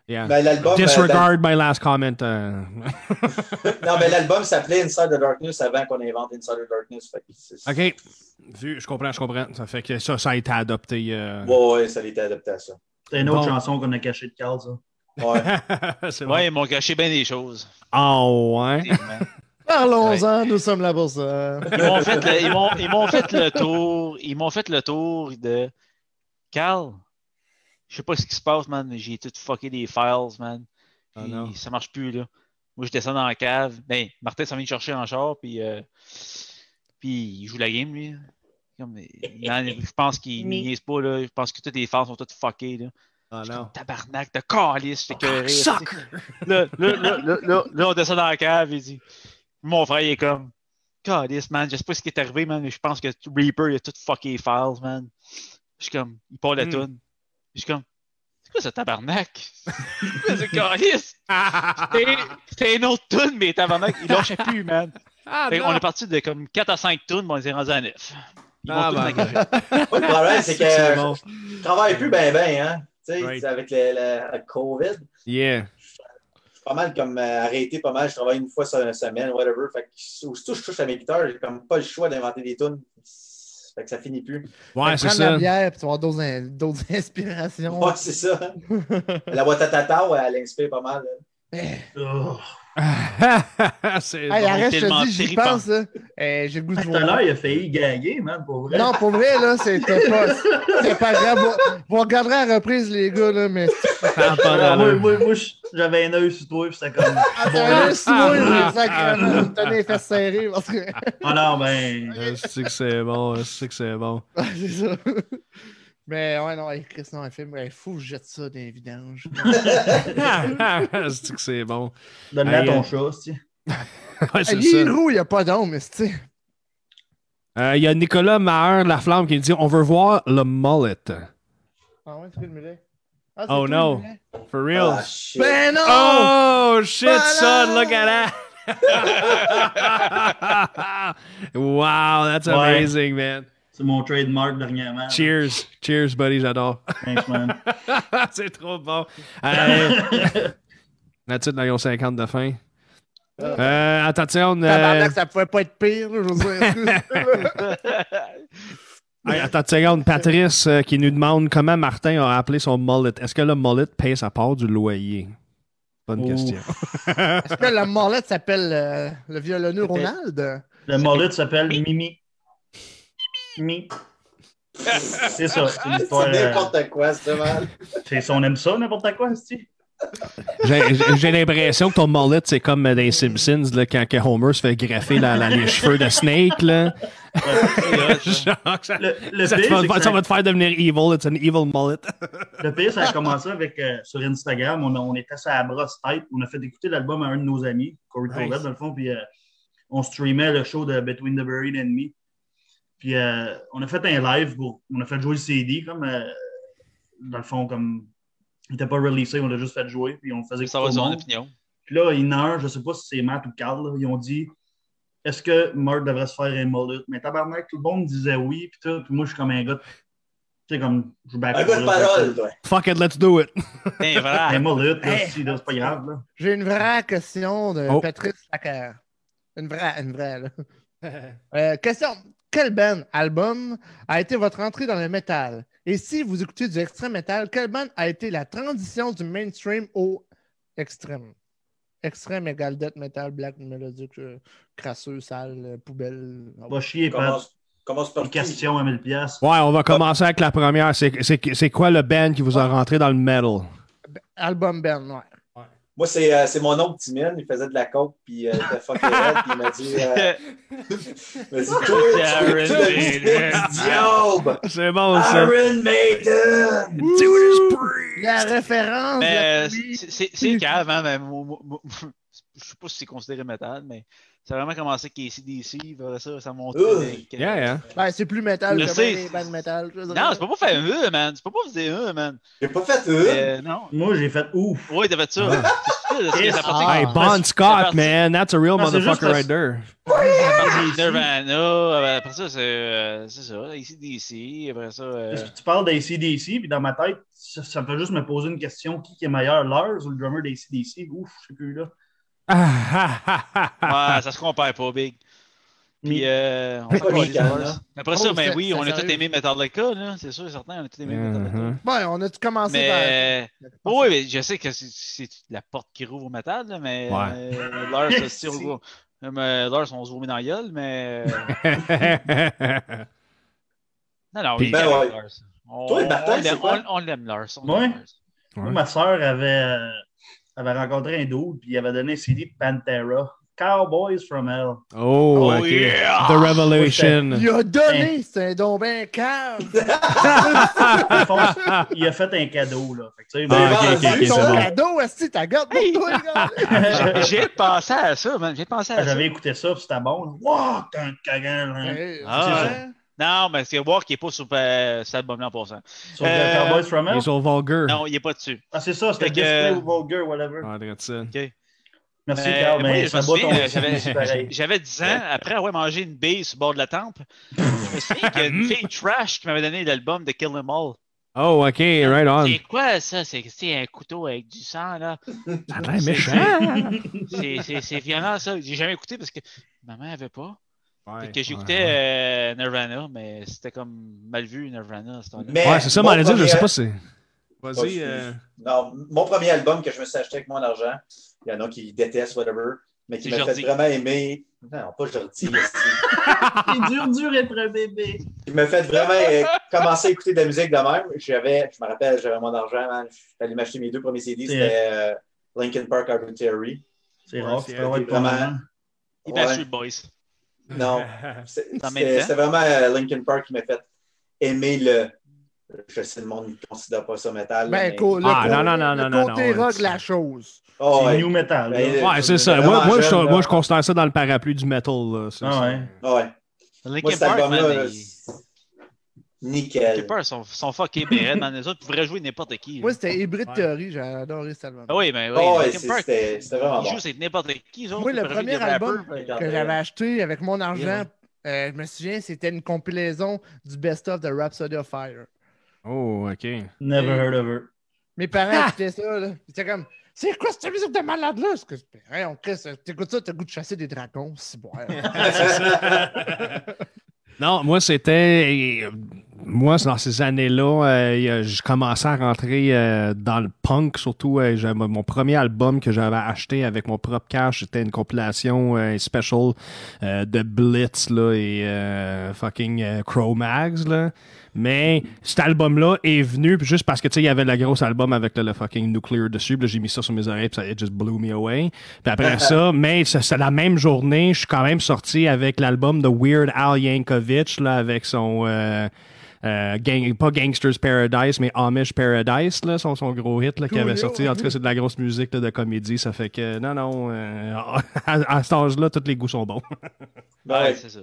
Speaker 1: Yeah.
Speaker 3: Ben, l'album, euh,
Speaker 1: Disregard my last comment. euh. *laughs*
Speaker 3: l'al- non, mais l'album s'appelait Inside the Darkness avant qu'on invente Inside the Darkness. Fait que c'est-
Speaker 1: ok. Vu, je comprends, je comprends. Ça fait que ça, ça a été adopté. euh.
Speaker 3: Ouais, ouais, ça a été adapté à ça.
Speaker 5: C'est une autre
Speaker 1: Bon.
Speaker 5: chanson qu'on a cachée de Carl, ça.
Speaker 1: *laughs*
Speaker 3: Ouais.
Speaker 1: c'est bon.
Speaker 4: Ouais, ils m'ont caché bien des choses.
Speaker 1: Oh, ouais.
Speaker 4: effectivement.
Speaker 2: Parlons-en, nous sommes là pour ça.
Speaker 4: Ils m'ont fait, le- ils m'ont- ils m'ont fait le tour. Ils m'ont fait le tour de Carl. Je sais pas ce qui se passe, man, mais j'ai tout fucké des files, man.
Speaker 1: Ah,
Speaker 4: Puis
Speaker 1: non.
Speaker 4: ça marche plus, là. Moi, je descends dans la cave. Ben, Martin s'en vient me chercher en char, puis, euh, puis il joue la game, lui. Comme, il en- je pense qu'il
Speaker 5: Mais-
Speaker 4: niaise pas, là. Je pense que toutes les files sont toutes fuckées, là.
Speaker 1: Ah,
Speaker 4: J'étais
Speaker 1: non.
Speaker 4: comme, Tabarnak, de calice, j'étais
Speaker 1: Ah,
Speaker 4: écoeuré,
Speaker 1: Sucker!
Speaker 4: Là, là, là, là, là, là, on descend dans la cave, il dit. Mon frère, il est comme. Calice, man, je sais pas ce qui est arrivé, man, mais je pense que Reaper, il a tout fucké les files, man. Je suis comme, il part la
Speaker 1: Hmm.
Speaker 4: toune. Je suis comme, c'est quoi ce tabarnak? C'est quoi ce calice? C'était- C'était une autre toune, mais tabarnak, il lâchait plus, man.
Speaker 1: Ah,
Speaker 4: Fait qu'on
Speaker 1: non.
Speaker 4: est parti de comme 4 à 5 tounes, mais on les est rendus à 9. Ils m'ont
Speaker 1: Ah,
Speaker 4: tous
Speaker 1: ben,
Speaker 4: engagé.
Speaker 3: Moi, le problème, c'est
Speaker 1: C'est
Speaker 3: que
Speaker 1: bon.
Speaker 3: je travaille plus ben ben, hein. Tu sais,
Speaker 1: Right.
Speaker 3: avec le, le- le COVID.
Speaker 1: Yeah.
Speaker 3: suis pas mal comme euh, arrêté pas mal. Je travaille une fois sur une semaine, whatever. Fait que aussitôt que je touche à mes guitares, j'ai comme pas le choix d'inventer des tunes. Fait que ça finit plus.
Speaker 1: Ouais, c'est
Speaker 2: Prends de la
Speaker 1: ça. *laughs*
Speaker 2: bière, puis tu vas avoir d'autres in- d'autres inspirations.
Speaker 3: Ouais, c'est ça. La Watatata, ouais, elle inspire pas mal. là.
Speaker 5: Oh.
Speaker 1: c'est
Speaker 2: Eh, Hey,
Speaker 1: bon.
Speaker 2: arrête, je
Speaker 4: tellement
Speaker 2: te dis, j'y
Speaker 4: trippant.
Speaker 2: pense. là. Eh, J'ai le goût de
Speaker 5: Tout à l'heure,
Speaker 2: voir.
Speaker 5: il a failli gagner, man, pour vrai.
Speaker 2: Non, pour vrai, là, c'était pas, c'était pas grave. *laughs* Vous- Vous regarderez à la reprise, les gars, là, mais
Speaker 1: Ça a pas
Speaker 5: Ah, moi,
Speaker 1: d'allure.
Speaker 5: moi, moi, je- j'avais un œil sur toi, puis c'était
Speaker 2: *laughs*
Speaker 5: comme.
Speaker 2: Ah,
Speaker 5: bon,
Speaker 2: c'est
Speaker 5: là,
Speaker 2: un soin, là, sacrément. T'as les fesses serrées, parce que... *laughs*
Speaker 5: ah non, ben.
Speaker 1: Je sais que c'est bon, je sais que c'est *laughs* bon.
Speaker 2: Ah, c'est ça. Mais ouais, non, hey, Chris, non, un film, il faut que je jette ça dans les vidanges.
Speaker 1: Je sais que c'est bon.
Speaker 5: Donne-le à
Speaker 1: Hey,
Speaker 5: ton
Speaker 1: euh,
Speaker 5: chat, si.
Speaker 1: Ouais, c'est
Speaker 2: Les
Speaker 1: ça.
Speaker 2: roues, il n'y a pas d'homme, mais c'est...
Speaker 1: Euh, Il y a Nicolas Maher Laflamme qui dit On veut voir le mullet.
Speaker 2: Ah ouais, c'est le mulet. Ah, c'est
Speaker 1: Oh,
Speaker 2: toi,
Speaker 1: no.
Speaker 2: le mulet.
Speaker 1: For real.
Speaker 3: Ah, shit.
Speaker 2: Ben non!
Speaker 1: Oh, shit,
Speaker 2: Voilà.
Speaker 1: son, look at that. *laughs* wow, that's
Speaker 5: Ouais.
Speaker 1: amazing, man.
Speaker 5: C'est mon trademark dernièrement.
Speaker 1: Cheers. Cheers, buddy, j'adore. *laughs*
Speaker 5: Thanks, man.
Speaker 1: c'est trop bon. Euh, That's it, là, ils ont 50 de fin. Euh, attention. euh, *laughs*
Speaker 2: *laughs*
Speaker 1: ben.
Speaker 2: Tabarnak, ça pouvait pas être pire, là, je veux dire.
Speaker 1: Hey, attends une seconde. Patrice euh, qui nous demande comment Martin a appelé son mullet. Est-ce que le mullet paye sa part du loyer? Bonne
Speaker 5: Ouh.
Speaker 1: question. *laughs*
Speaker 2: Est-ce que la morlette s'appelle euh, le violonneux Ronald?
Speaker 5: *laughs* Le mollet s'appelle Mimi. Mimi. C'est ça,
Speaker 2: *laughs*
Speaker 5: c'est une histoire.
Speaker 3: Ah, C'est
Speaker 5: euh,
Speaker 3: n'importe quoi, c'est mal.
Speaker 5: C'est ça, on aime ça, n'importe
Speaker 2: *laughs*
Speaker 5: quoi, c'est-tu?
Speaker 1: J'ai j'ai- j'ai l'impression que ton mullet, c'est comme euh, dans les Simpsons, là, quand que Homer se fait greffer la- la- les cheveux de Snake.
Speaker 5: *laughs*
Speaker 1: Là. Genre, ça,
Speaker 5: Le, le
Speaker 1: ça
Speaker 5: pire,
Speaker 1: te va,
Speaker 5: c'est que
Speaker 1: ça
Speaker 5: ça-
Speaker 1: va te faire devenir evil. It's an evil mullet. *laughs*
Speaker 5: Le pire, ça a commencé avec euh, sur Instagram. On, a- on était à la brosse tête. On a fait écouter l'album à un de nos amis, Corey
Speaker 1: Nice.
Speaker 5: Collette, dans le fond. Puis euh, on streamait le show de Between the Buried and Me. Puis euh, on a fait un live. Pour, on a fait jouer le CD, comme euh, dans le fond, comme il n'était pas releasé. On l'a juste fait jouer. Puis on faisait
Speaker 4: Ça
Speaker 5: écouter
Speaker 4: va
Speaker 5: au
Speaker 4: sur mon
Speaker 5: monde.
Speaker 4: opinion.
Speaker 5: Puis là, une heure, je ne sais pas si c'est Matt ou Carl, là, ils ont dit Est-ce que Murd devrait se faire un mullet Mais tabarnak, tout le monde disait oui. Puis, tout. puis moi, je suis comme un gars. de- Tu sais, comme. Je back
Speaker 3: Un gars de
Speaker 5: là,
Speaker 3: parole, toi.
Speaker 1: Fuck it, let's do it.
Speaker 4: T'es *laughs*
Speaker 5: un
Speaker 4: vrai.
Speaker 5: mullet, ah, là,
Speaker 2: Hey.
Speaker 5: si, là, c'est pas grave. Là.
Speaker 2: J'ai une vraie question de
Speaker 1: Oh.
Speaker 2: Patrice Lacker. Une vraie, une vraie, là.
Speaker 5: *laughs*
Speaker 2: Euh, question. Quel band, album, a été votre entrée dans le métal? Et si vous écoutez du extrême métal, quel band a été la transition du mainstream au extrême? Extrême égale death metal, black melodic, euh, crasseux, sale, euh, poubelle. Ah
Speaker 5: Va
Speaker 2: ouais.
Speaker 5: chier, Pat.
Speaker 3: Commence, commence par
Speaker 5: Une question à 1000$. piastres.
Speaker 1: Ouais, on va commencer avec la première. C'est- C'est c'est quoi le band qui vous a rentré dans le metal?
Speaker 2: Album band, ouais.
Speaker 3: Moi, c'est euh, c'est mon oncle Timine, il faisait de la coke, puis euh, il était fucké raide, puis il m'a dit, euh, il
Speaker 1: *laughs*
Speaker 3: m'a dit Toi, tu
Speaker 4: Iron
Speaker 3: tu
Speaker 4: Maiden.
Speaker 3: deviens du diable!
Speaker 1: C'est
Speaker 4: Oh,
Speaker 1: bon, ça.
Speaker 3: Iron Maiden!
Speaker 2: La référence.
Speaker 4: Mais
Speaker 2: la
Speaker 4: euh, c'est- c'est c'est cave, hein, mais mo- mo- mo- *laughs* je sais pas si c'est considéré métal, mais ça a vraiment commencé avec ACDC, vers ça, ça a monté.
Speaker 3: Ugh.
Speaker 4: avec, euh,
Speaker 1: Yeah, yeah.
Speaker 2: Ben, c'est plus métal
Speaker 4: Je
Speaker 2: que
Speaker 4: sais,
Speaker 2: bien les
Speaker 4: c'est-
Speaker 2: bandes métal. je veux dire.
Speaker 4: Non, c'est pas pour faire un, man. C'est pas pour faire un, man.
Speaker 3: J'ai pas fait une!
Speaker 4: Euh, non.
Speaker 5: Moi, j'ai fait ouf.
Speaker 4: Oui, t'avais ça. C'est ça, c'est
Speaker 5: Yes.
Speaker 4: la partie
Speaker 2: Ah.
Speaker 1: Hey, Bon Scott,
Speaker 4: parti.
Speaker 1: man. That's a real
Speaker 5: Non, c'est
Speaker 1: motherfucker
Speaker 5: juste parce-
Speaker 1: right there.
Speaker 4: la partie Nirvana. euh, Après ça, c'est euh, c'est ça, ACDC. Après ça.
Speaker 5: *laughs*
Speaker 4: euh,
Speaker 5: Parce que tu parles d'ACDC, puis dans ma tête, ça, ça me fait juste me poser une question qui qui est meilleur, Lars ou le drummer d'ACDC Ouf, je sais plus là.
Speaker 1: Ah, ah, ah, ah,
Speaker 4: Ouais, ça se compare pas, Big. Puis,
Speaker 5: Mais-
Speaker 4: euh, on
Speaker 3: Pas
Speaker 4: s'en calisse,
Speaker 3: chicane,
Speaker 4: Mars.
Speaker 3: là.
Speaker 4: Après
Speaker 2: Oh,
Speaker 4: ça, ben
Speaker 2: c'est-
Speaker 4: oui,
Speaker 2: c'est
Speaker 4: on a tous
Speaker 2: sérieux.
Speaker 4: aimé Metallica, là. C'est sûr, certain, on a tous aimé Metallica.
Speaker 1: Mhm.
Speaker 2: Ouais, Ben, on a tout commencé
Speaker 4: Mais,
Speaker 2: par.
Speaker 4: oh, oui, mais je sais que c'est- c'est la porte qui rouvre au métal, là, mais
Speaker 1: Ouais.
Speaker 4: euh, Lars,
Speaker 5: *laughs*
Speaker 4: ça, c'est sûr, euh, mais Lars, on se vomit dans la gueule, mais. euh, non, non,
Speaker 1: Puis-
Speaker 4: il
Speaker 3: Ben
Speaker 4: aime
Speaker 3: ouais.
Speaker 4: Lars. On,
Speaker 3: Toi, Martin,
Speaker 4: on l'aime-
Speaker 3: c'est quoi?
Speaker 4: on- on l'aime, Lars. on
Speaker 5: Ouais.
Speaker 4: l'aime, Lars.
Speaker 5: Moi,
Speaker 1: *laughs* Ouais.
Speaker 5: ma soeur avait, euh, avait rencontré un dude, puis il avait donné un CD de Pantera. Cowboys from Hell.
Speaker 1: oh,
Speaker 4: Oh,
Speaker 1: ok.
Speaker 4: yeah.
Speaker 1: The
Speaker 2: *laughs*
Speaker 1: Revelation. *laughs*
Speaker 2: Il a
Speaker 1: Hein.
Speaker 2: donné, c'est un don ben cave.
Speaker 5: Dans le fond, il a fait un cadeau, là. Fait que, tu sais,
Speaker 1: Ah,
Speaker 5: ben,
Speaker 1: ok, ok,
Speaker 5: *laughs*
Speaker 1: ok,
Speaker 2: Son
Speaker 1: c'est bon.
Speaker 2: cadeau, est-ce t'as garde pour toi,
Speaker 4: Ah.
Speaker 2: gars?
Speaker 4: J'ai- J'ai pensé à ça, man. J'ai pensé à ça.
Speaker 5: Ah, j'avais écouté ça, puis c'était bon. là. hein. Wow, t'es un cagant, là.
Speaker 2: Ouais,
Speaker 4: Ah,
Speaker 2: c'est
Speaker 4: ouais.
Speaker 2: ça.
Speaker 4: Non, mais c'est voir qu'il n'est pas sur euh, cet album-là en passant.
Speaker 5: Sur le
Speaker 4: Euh,
Speaker 5: Cowboys from Hell.
Speaker 1: Ils sont vulgaires.
Speaker 4: Non, il n'est pas dessus.
Speaker 5: Ah, c'est ça, c'était
Speaker 4: Fait que-
Speaker 5: Display ou Vulgar, whatever.
Speaker 1: Ah, regarde ça.
Speaker 5: Merci,
Speaker 4: Euh,
Speaker 5: Carl.
Speaker 4: moi,
Speaker 5: mais
Speaker 4: je
Speaker 5: ça
Speaker 4: me
Speaker 5: bat
Speaker 4: souviens,
Speaker 5: ton
Speaker 4: euh, j'avais- *laughs*
Speaker 5: c'est pareil.
Speaker 4: J'avais 10 ans, après avoir mangé une bille sur le bord de la tempe, je me souviens qu'il y a
Speaker 5: *laughs*
Speaker 4: une fille trash qui m'avait donné l'album de Kill 'Em All.
Speaker 1: Oh, ok, right on.
Speaker 4: C'est quoi ça? C'est c'est un couteau avec du sang, là.
Speaker 1: Ça a l'air méchant.
Speaker 4: C'est- C'est c'est violent, ça. J'ai jamais écouté parce que maman avait pas. Fait
Speaker 1: Ouais,
Speaker 4: que j'écoutais
Speaker 1: ouais,
Speaker 4: euh, Nirvana, mais c'était comme mal vu, Nirvana. à ce temps-là.
Speaker 1: Ouais,
Speaker 3: Mais
Speaker 1: Ouais, c'est ça,
Speaker 3: mon
Speaker 1: mais dire, je
Speaker 3: premier-
Speaker 1: sais pas si.
Speaker 3: Vas-y, euh, Non, mon premier album que je me suis acheté avec mon argent, il y en a qui détestent, whatever, mais qui
Speaker 4: C'est
Speaker 3: m'a fait
Speaker 4: Jordi.
Speaker 3: vraiment aimer. Non, pas Jordi. *laughs* esti.
Speaker 5: *laughs* C'est dur, dur être un bébé.
Speaker 3: qui m'a fait vraiment euh, commencer à écouter de la musique de même. J'avais, je me rappelle, j'avais mon argent, man. J'allais m'acheter mes deux premiers CD, c'était euh, Linkin Park Arbitrary.
Speaker 5: C'est
Speaker 1: Ouais,
Speaker 5: rare,
Speaker 1: c'est-
Speaker 5: c'est pas
Speaker 3: c'est vraiment-
Speaker 5: vraiment.
Speaker 4: Les
Speaker 3: Ouais.
Speaker 4: Backstreet Boys.
Speaker 3: Oh,
Speaker 1: euh.
Speaker 4: *laughs*
Speaker 3: Non,
Speaker 1: *laughs*
Speaker 3: c'est-
Speaker 4: Ça
Speaker 3: c'était
Speaker 4: m'aide, hein?
Speaker 3: c'était vraiment euh, Linkin Park qui m'a fait aimer le. Je sais, le monde ne considère pas ça métal.
Speaker 2: Ben,
Speaker 3: mais-
Speaker 2: cool, le
Speaker 1: Ah,
Speaker 2: côté-
Speaker 1: non, non, non,
Speaker 2: le
Speaker 1: non, non,
Speaker 2: côté
Speaker 1: non,
Speaker 2: rock
Speaker 1: c'est-
Speaker 2: de la chose.
Speaker 3: Oh,
Speaker 5: C'est
Speaker 3: ouais.
Speaker 5: new metal. là.
Speaker 3: Ben,
Speaker 1: Ouais, c'est ça.
Speaker 3: Vraiment
Speaker 1: Moi, moi, je,
Speaker 3: jeune,
Speaker 1: moi,
Speaker 3: là.
Speaker 1: je considère ça dans le parapluie du metal. Là. C'est-
Speaker 5: Ah ouais.
Speaker 1: c'est-
Speaker 3: Ah ouais. Moi,
Speaker 4: Linkin
Speaker 3: cet
Speaker 4: Park, man,
Speaker 3: album-là,
Speaker 4: les-
Speaker 3: c'est- nickel.
Speaker 4: Linkin Park sont, sont fuckés, BN, man. Les autres pourraient jouer n'importe qui. là.
Speaker 2: Moi, c'était Hybrid
Speaker 1: Ouais.
Speaker 2: Theory, j'ai adoré cet album.
Speaker 4: Ah oui, mais oui,
Speaker 3: Oh, ouais,
Speaker 4: Linkin
Speaker 3: c'est-
Speaker 4: Park,
Speaker 3: c'était c'était vraiment
Speaker 4: ils
Speaker 3: bon.
Speaker 4: jouent, c'est n'importe qui. genre,
Speaker 2: Moi,
Speaker 4: tu
Speaker 2: le
Speaker 4: peux rajouter
Speaker 2: premier
Speaker 4: des rappeurs,
Speaker 2: album
Speaker 4: puis-
Speaker 2: que j'avais acheté avec mon
Speaker 4: Yeah,
Speaker 2: argent, euh, je me souviens, c'était une compilaison du best-of de Rhapsody of Fire.
Speaker 1: Oh, ok. *laughs*
Speaker 5: Never heard of her.
Speaker 2: Mes parents écoutaient ça, là. Ils étaient comme, c'est quoi cette musique de malade, là? Parce que, hey, on crée ça. T'écoutes ça, t'as le goût de chasser des dragons, c'est bon.
Speaker 1: non, moi, c'était. euh, moi, c'est dans ces années-là, euh, je commençais à rentrer euh, dans le punk, surtout. euh, j'avais- mon premier album que j'avais acheté avec mon propre cash, c'était une compilation euh, special euh, de Blitz là, et euh, fucking euh, Cro-Mags. Là. Mais cet album-là est venu puis juste parce que tu sais, il y avait le gros album avec le, le fucking Nuclear dessus. puis là, j'ai mis ça sur mes oreilles, puis ça it just blew me away. Puis après ça, mais c'est c'est la même journée, je suis quand même sorti avec l'album de Weird Al Yankovic là, avec son euh, euh, gang- pas Gangsters Paradise, mais Amish Paradise, là, son, son gros hit là, qui avait sorti. En tout cas, c'est de la grosse musique là, de comédie. Ça fait que, non, non, euh, *laughs* à, à cet âge-là, tous les goûts sont bons.
Speaker 4: Ouais,
Speaker 3: Ouais.
Speaker 4: c'est ça.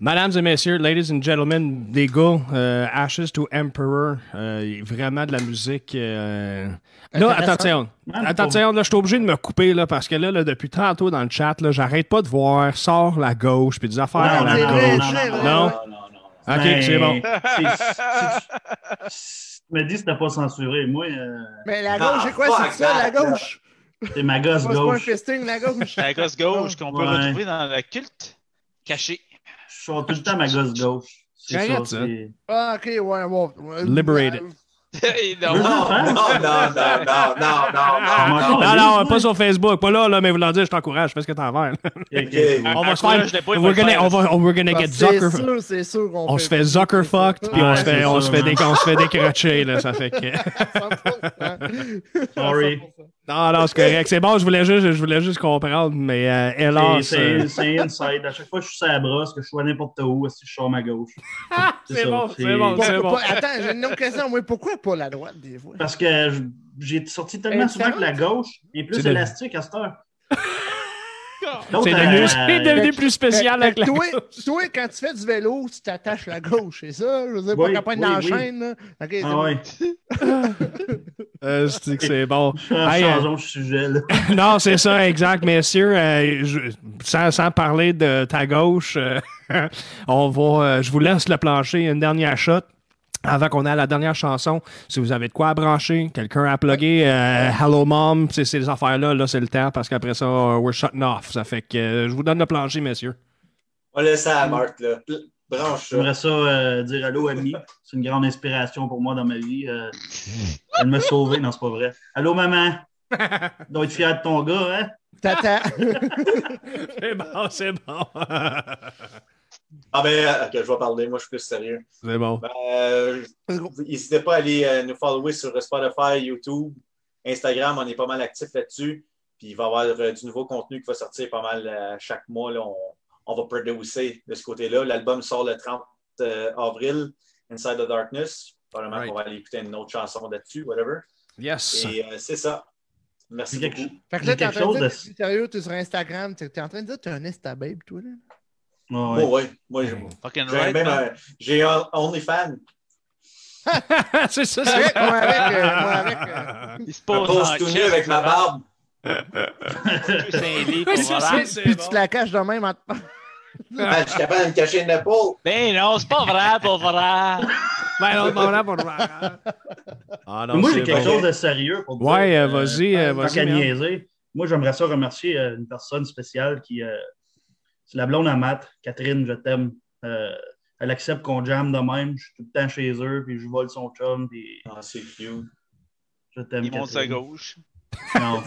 Speaker 1: Mesdames et messieurs, ladies and gentlemen, les gars, euh, Ashes to Emperor, euh, vraiment de la musique. euh, Là,
Speaker 2: Intéressant.
Speaker 1: attention,
Speaker 5: Même
Speaker 1: attention, là, je suis obligé de me couper là, parce que là, là, depuis tantôt dans le chat, là, j'arrête pas de voir, sort la gauche, puis des affaires
Speaker 5: Non,
Speaker 1: à la
Speaker 5: c'est
Speaker 1: gauche.
Speaker 5: vrai,
Speaker 1: Non.
Speaker 3: Non, non, non.
Speaker 1: Ok,
Speaker 5: Ben,
Speaker 1: c'est bon.
Speaker 5: c'est- c'est- c'est- Tu me dis que c'était pas censuré. Moi, euh,
Speaker 2: Mais la
Speaker 3: Ah,
Speaker 2: gauche, c'est quoi,
Speaker 3: fuck
Speaker 2: c'est ça, la
Speaker 3: that,
Speaker 2: gauche?
Speaker 5: c'est ma gosse
Speaker 2: C'est pas un
Speaker 5: gauche.
Speaker 2: festing, la gauche.
Speaker 4: La gosse gauche qu'on peut
Speaker 5: Ouais.
Speaker 4: retrouver dans le culte caché.
Speaker 5: Je suis tout le temps ma gosse gauche. C'est
Speaker 1: Arrête ça.
Speaker 5: c'est-
Speaker 2: Ah, ok, ouais, ouais. ouais.
Speaker 1: Liberated.
Speaker 4: *laughs* Et non,
Speaker 5: Deux
Speaker 4: non,
Speaker 5: enfants?
Speaker 3: Non, non, non, non, non,
Speaker 5: Ah,
Speaker 3: non, non, non.
Speaker 5: encore,
Speaker 1: Non,
Speaker 5: lui,
Speaker 1: non,
Speaker 5: ouais.
Speaker 1: pas sur Facebook, pas là, là, mais vous l'en dire, je t'encourage, fais ce que t'as envers.
Speaker 5: Ok.
Speaker 1: On va se
Speaker 4: encourage,
Speaker 1: faire,
Speaker 4: je l'ai pas, il va
Speaker 1: we're
Speaker 4: le
Speaker 1: gonna,
Speaker 4: faire,
Speaker 1: on va, on- we're gonna
Speaker 2: Ah,
Speaker 1: get
Speaker 2: C'est
Speaker 1: Zucker.
Speaker 2: sûr, c'est sûr qu'on
Speaker 1: On se fait Zucker fucked, puis on
Speaker 2: Ah,
Speaker 5: Ouais,
Speaker 1: se fait,
Speaker 5: c'est
Speaker 1: on
Speaker 5: ça,
Speaker 1: se fait
Speaker 5: man.
Speaker 1: des, on se fait décrocher, là, ça fait que. *laughs*
Speaker 2: hein.
Speaker 5: Sorry.
Speaker 1: Non, non, c'est correct. C'est bon, je voulais juste, je voulais juste comprendre, mais euh, hélas.
Speaker 5: C'est-
Speaker 1: euh,
Speaker 5: C'est c'est inside. À chaque fois que je suis sur la brosse, que je suis à n'importe où, si je sors ma gauche.
Speaker 1: c'est
Speaker 5: ça,
Speaker 1: bon,
Speaker 5: c'est-
Speaker 1: c'est bon, c'est
Speaker 2: Pourquoi
Speaker 1: bon.
Speaker 2: pas- Attends, j'ai une autre question. Oui, pourquoi pas la droite des fois?
Speaker 5: Parce que je- j'ai sorti
Speaker 2: Elle
Speaker 5: tellement
Speaker 2: est
Speaker 5: souvent que la gauche est plus
Speaker 1: C'est de-
Speaker 5: élastique à cette heure.
Speaker 1: C'est
Speaker 5: L'autre,
Speaker 1: devenu,
Speaker 5: euh,
Speaker 1: c'est devenu plus spécial
Speaker 2: Fait-
Speaker 1: avec
Speaker 2: fait
Speaker 5: *laughs*
Speaker 1: la.
Speaker 2: toi, toi, quand tu fais du vélo, tu t'attaches la gauche, c'est ça? Je veux dire,
Speaker 5: Oui,
Speaker 2: pas capable
Speaker 5: oui,
Speaker 2: d'en
Speaker 5: oui.
Speaker 2: chaîne, là. Ok, c'est
Speaker 5: Ah
Speaker 2: bon.
Speaker 5: ouais.
Speaker 1: Euh, je dis que c'est bon.
Speaker 5: Ah,
Speaker 1: Hey, euh,
Speaker 5: changeons de sujet, là.
Speaker 1: non, c'est ça, exact, messieurs. euh, je- sans, sans parler de ta gauche, euh, *laughs* on va, euh, je vous laisse le plancher une dernière shot. Avant qu'on ait à la dernière chanson, si vous avez de quoi à brancher, quelqu'un à plugger, euh, Hello Mom, c'est ces affaires-là, là, c'est le temps, parce qu'après ça, euh, we're shutting off. Ça fait que euh, je vous donne le plancher, messieurs.
Speaker 3: On laisse ça à Marthe, là. Pl- Branche ça.
Speaker 5: J'aimerais ça euh, dire allô, Ami. C'est une grande inspiration pour moi dans ma vie. euh, elle m'a sauvé. Non, c'est pas vrai.
Speaker 1: *laughs*
Speaker 5: Allô, maman. Tu dois être fier de ton gars, hein?
Speaker 2: T'attends.
Speaker 5: *laughs*
Speaker 1: C'est bon, c'est bon.
Speaker 3: Ah ben, euh, ok, je vais parler, moi je suis plus sérieux.
Speaker 1: c'est bon.
Speaker 3: Ben, euh, N'hésitez pas à aller euh, nous follower sur Spotify, YouTube, Instagram, on est pas mal actif là-dessus. Puis il va y avoir euh, du nouveau contenu qui va sortir pas mal euh, chaque mois. là. on, on va producer de ce côté-là. L'album sort le 30 euh, avril, Inside the Darkness. Probablement
Speaker 1: Right.
Speaker 3: qu'on va aller écouter une autre chanson là-dessus, whatever.
Speaker 1: Yes. *laughs*
Speaker 3: Et euh, c'est ça. Merci
Speaker 5: C'est quelque
Speaker 3: beaucoup.
Speaker 5: chose.
Speaker 2: Fait que
Speaker 5: Il y
Speaker 2: là,
Speaker 5: a
Speaker 2: t'es en
Speaker 5: quelque
Speaker 2: train de
Speaker 5: chose
Speaker 2: dire,
Speaker 5: de-
Speaker 2: t'es sérieux, t'es sur Instagram, t'es t'es en train de dire, t'es un instababe, toi, là.
Speaker 5: Ouais, ouais.
Speaker 3: Oh, ouais. Moi, j'ai
Speaker 4: Fucking
Speaker 3: j'ai
Speaker 4: right.
Speaker 3: même
Speaker 4: man.
Speaker 3: un- j'ai un OnlyFans.
Speaker 1: c'est ça,
Speaker 2: C'est vrai
Speaker 1: c'est
Speaker 2: que moi, avec, euh, moi,
Speaker 1: *laughs*
Speaker 2: avec,
Speaker 4: Il se
Speaker 3: Je
Speaker 4: pose
Speaker 3: pose tout nu avec ma barbe.
Speaker 1: C'est- c'est- c'est
Speaker 2: Puis
Speaker 1: bon.
Speaker 2: tu te la caches de même en te
Speaker 3: Ah, je suis capable de me cacher une épaule.
Speaker 4: Ben non, c'est pas vrai, pas vrai.
Speaker 1: Ben, non, bon, là, bon, là. Ah, non,
Speaker 5: Mais moi,
Speaker 1: c'est
Speaker 5: j'ai quelque
Speaker 1: bon.
Speaker 5: chose de sérieux pour te
Speaker 1: Ouais,
Speaker 5: dire,
Speaker 1: euh, vas-y, euh,
Speaker 5: tant
Speaker 1: vas-y,
Speaker 5: qu'à
Speaker 1: Merde.
Speaker 5: niaiser, Moi, j'aimerais ça remercier euh, une personne spéciale qui. euh, c'est la blonde à Matt, Catherine, je t'aime. Euh, elle accepte qu'on jamme de même. Je suis tout le temps chez eux, puis je vole son chum, puis
Speaker 3: Ah, c'est cute.
Speaker 5: je t'aime.
Speaker 4: Il monte sa
Speaker 5: Catherine.
Speaker 4: gauche.
Speaker 1: *laughs*
Speaker 5: Non.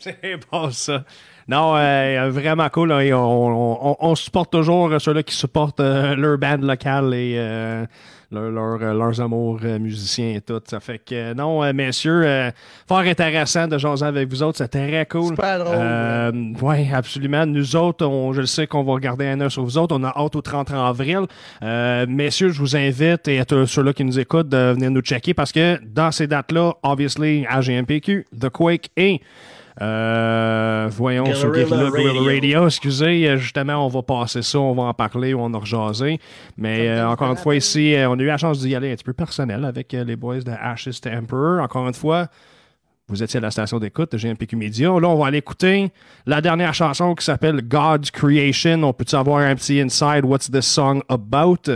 Speaker 1: c'est bon ça. Non, euh, vraiment cool. hein, et on, on- on- on supporte toujours euh, ceux-là qui supportent euh, leur band local et euh, leur- leur- euh, leurs amours euh, musiciens et tout. Ça fait que, euh, non, euh, messieurs, euh, fort intéressant de jaser avec vous autres. C'était très cool.
Speaker 2: Super drôle.
Speaker 1: Euh, ouais, absolument. Nous autres, on- je le sais qu'on va regarder un œil sur vous autres. On a hâte au 30 avril. Euh, messieurs, je vous invite et à tous ceux-là qui nous écoutent de venir nous checker parce que dans ces dates-là, obviously, AGMPQ, The Quake et euh, voyons sur Guerrilla
Speaker 3: Guerrilla
Speaker 1: Guerrilla Radio.
Speaker 3: Radio.
Speaker 1: Excusez, euh, justement, on va passer ça, on va en parler, on en rejaser. Mais euh, encore une fois,
Speaker 2: rappelle.
Speaker 1: ici, euh, on a eu la chance d'y aller un petit peu personnel avec euh, les boys de Ashes to Emperor. Encore une fois, vous étiez à la station d'écoute de GMPQ Media. Là, on va aller écouter la dernière chanson qui s'appelle God's Creation. On peut-tu avoir un petit inside? What's this song about?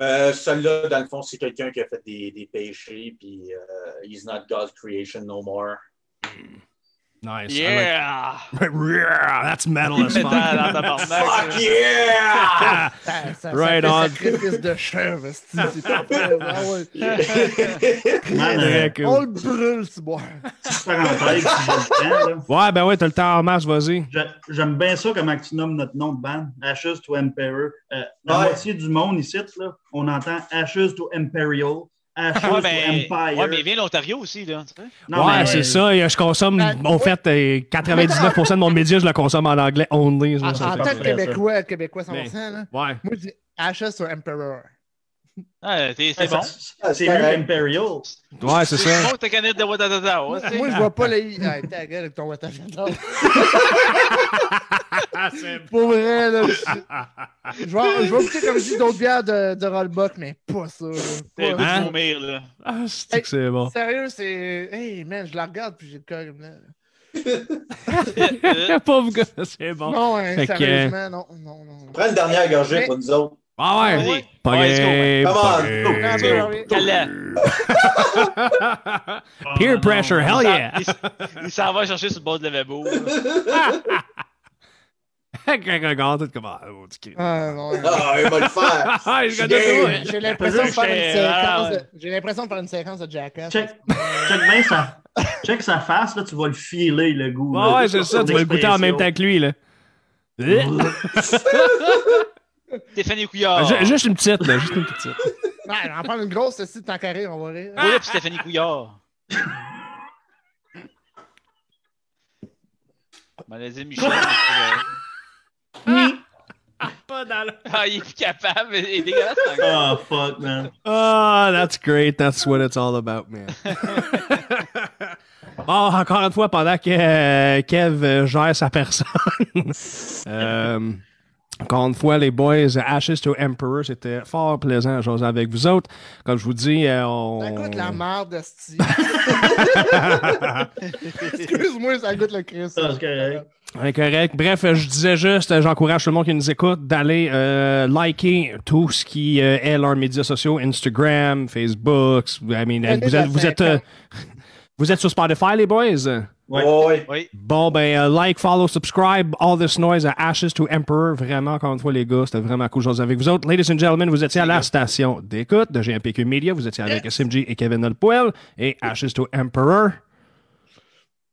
Speaker 3: Euh, Celui-là, dans le fond, c'est quelqu'un qui a fait des, des péchés, puis euh, He's not God's creation no more.
Speaker 1: Nice. I like-
Speaker 4: Yeah!
Speaker 1: *laughs*
Speaker 4: Ah,
Speaker 1: Yeah, that's metal
Speaker 4: *laughs*
Speaker 1: as
Speaker 4: Dans- dans
Speaker 1: *laughs* fuck.
Speaker 4: ta barnaque,
Speaker 3: Fuck yeah!
Speaker 1: Ah,
Speaker 2: Ça, ça,
Speaker 1: Right
Speaker 2: ça fait
Speaker 1: on.
Speaker 2: sacrifice de chèvre, c'est c'est
Speaker 1: *laughs*
Speaker 2: parfait. Ah ouais.
Speaker 5: Man, euh,
Speaker 1: très cool.
Speaker 2: On le brûle, ce bois.
Speaker 1: Ah,
Speaker 5: petite parenthèse, si j'ai le temps, là.
Speaker 1: Ouais, ben ouais, t'as le temps en marche, vas-y.
Speaker 5: J'a- J'aime bien ça comment tu nommes notre nom de band, Ashes to Emperor. Euh, la
Speaker 3: Ouais.
Speaker 5: moitié du monde ici, là, on entend Ashes to Imperial, Ashes
Speaker 4: Ouais,
Speaker 5: to
Speaker 1: ben,
Speaker 4: mais,
Speaker 5: Empire.
Speaker 4: ouais, mais vient l'Ontario aussi, là. tu sais.
Speaker 5: Non,
Speaker 1: ouais,
Speaker 5: mais-
Speaker 1: c'est ça. et, euh, Je consomme,
Speaker 2: Ben,
Speaker 1: en fait, euh, 99% de mon média, je le consomme en anglais only.
Speaker 2: En
Speaker 1: genre, ça
Speaker 2: en
Speaker 1: fait-
Speaker 2: tant
Speaker 5: parfait,
Speaker 2: que
Speaker 5: ça.
Speaker 2: Québécois, Québécois
Speaker 1: ah, Mais-
Speaker 2: 100%, là,
Speaker 1: Ouais.
Speaker 2: hein. moi, je dis HS sur Emperor.
Speaker 4: Ah, t'es- c'est
Speaker 5: C'est
Speaker 4: bon.
Speaker 5: bon. C'est mieux qu'Imperial.
Speaker 1: Ouais, c'est
Speaker 4: C'est
Speaker 1: ça.
Speaker 4: bon, ta canette de Watatata. ouais, tu sais.
Speaker 2: Moi, je vois pas
Speaker 1: *laughs*
Speaker 2: les. Ah, ta gueule avec ton Watatata.
Speaker 1: Ah, c'est bon.
Speaker 2: *laughs* Pour vrai, là. Je je vais je vais goûter, comme je dis, d'autres bières de, de Rollbuck, mais pas ça. là.
Speaker 4: T'as le goût
Speaker 2: Pas-
Speaker 1: Hein?
Speaker 4: de vomir, là.
Speaker 1: *laughs* Ah, c'est que c'est *laughs* bon.
Speaker 2: Sérieux, c'est. Hey, man, je la regarde, puis j'ai le cœur comme là.
Speaker 4: Euh,
Speaker 1: Pauvre gars, c'est bon.
Speaker 2: Non, hein,
Speaker 1: Fait que-
Speaker 2: sérieusement, non, non, non.
Speaker 3: Prends une dernière gorgée pour nous autres.
Speaker 1: Ah
Speaker 4: Vas-y.
Speaker 1: ouais. Pas
Speaker 4: Ouais, let's go,
Speaker 1: gay, pas
Speaker 3: man. Come on,
Speaker 1: gay.
Speaker 3: go.
Speaker 2: Prends ça, Rory.
Speaker 4: Cala.
Speaker 1: Ah,
Speaker 5: Ah,
Speaker 1: Peer pressure, hell
Speaker 4: Il s'en-
Speaker 1: yeah.
Speaker 4: il s- Il s'en va chercher sur le bord de lavabo. là.
Speaker 1: Quand on regarde, t'es comme, ah, oh, tu cries.
Speaker 2: Ah, non, non.
Speaker 3: Ah, il va le faire.
Speaker 1: Ah, il regarde
Speaker 3: J'ai-
Speaker 1: tout, ouais.
Speaker 2: J'ai l'impression de faire une
Speaker 4: J'étais- ah,
Speaker 2: séquence. de- J'ai l'impression de faire une séquence de Jackass.
Speaker 5: Check, check bien sa, check sa face, là, tu vas le filer, le goût.
Speaker 1: Ouais, Hein?
Speaker 5: là.
Speaker 1: ouais, c'est ça, tu vas le goûter en même temps que lui, là.
Speaker 4: Stéphanie Couillard.
Speaker 1: Ju- Ah, Juste une petite, là, juste une petite.
Speaker 2: Non, on va en prendre une grosse, ceci, tant qu'à rire, on va rire.
Speaker 4: Philippe Stéphanie Couillard. Maladie Michel. parce que-
Speaker 1: *laughs* Pas dans le...
Speaker 4: Ah, il est plus capable. Il est dégueulasse. ce gars.
Speaker 5: Oh, fuck, man.
Speaker 1: Ah, that's great. That's what it's all about, *laughs* man. bon, encore une fois, pendant que euh, Kev euh, gère sa *laughs* personne. euh, encore une fois, les boys, euh, Ashes to Emperor, c'était fort plaisant à jaser avec vous autres. Comme je vous dis, euh, on...
Speaker 2: Ça
Speaker 1: *laughs*
Speaker 2: goûte la merde de style. Excuse-moi, ça goûte le Christ.
Speaker 5: Ça, c'est correct.
Speaker 1: Ouais, correct. Bref, euh, je disais juste, euh, j'encourage tout le monde qui nous écoute d'aller euh, liker tout ce qui euh, est leurs médias sociaux, Instagram, Facebook. I mean, euh,
Speaker 2: Allez
Speaker 1: vous
Speaker 2: la
Speaker 1: êtes, vous êtes, euh, *laughs* vous êtes sur Spotify, les boys?
Speaker 3: Ouais,
Speaker 5: Ouais.
Speaker 3: ouais.
Speaker 4: Oui.
Speaker 1: Bon, ben, euh, like, follow, subscribe, all this noise à Ashes to Emperor. Vraiment, encore une fois, les gars, c'était vraiment cool de jaser avec vous autres. Ladies and gentlemen, vous étiez à la station d'écoute de GMPQ Media. Vous étiez avec SMG et Kevin Nolpoel et Ashes to Emperor.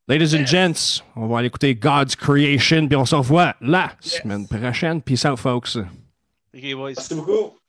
Speaker 1: Ladies and gents, on va aller écouter God's Creation, puis on se revoit la semaine prochaine. Peace out, folks.
Speaker 4: Ok, boys.
Speaker 3: Merci beaucoup.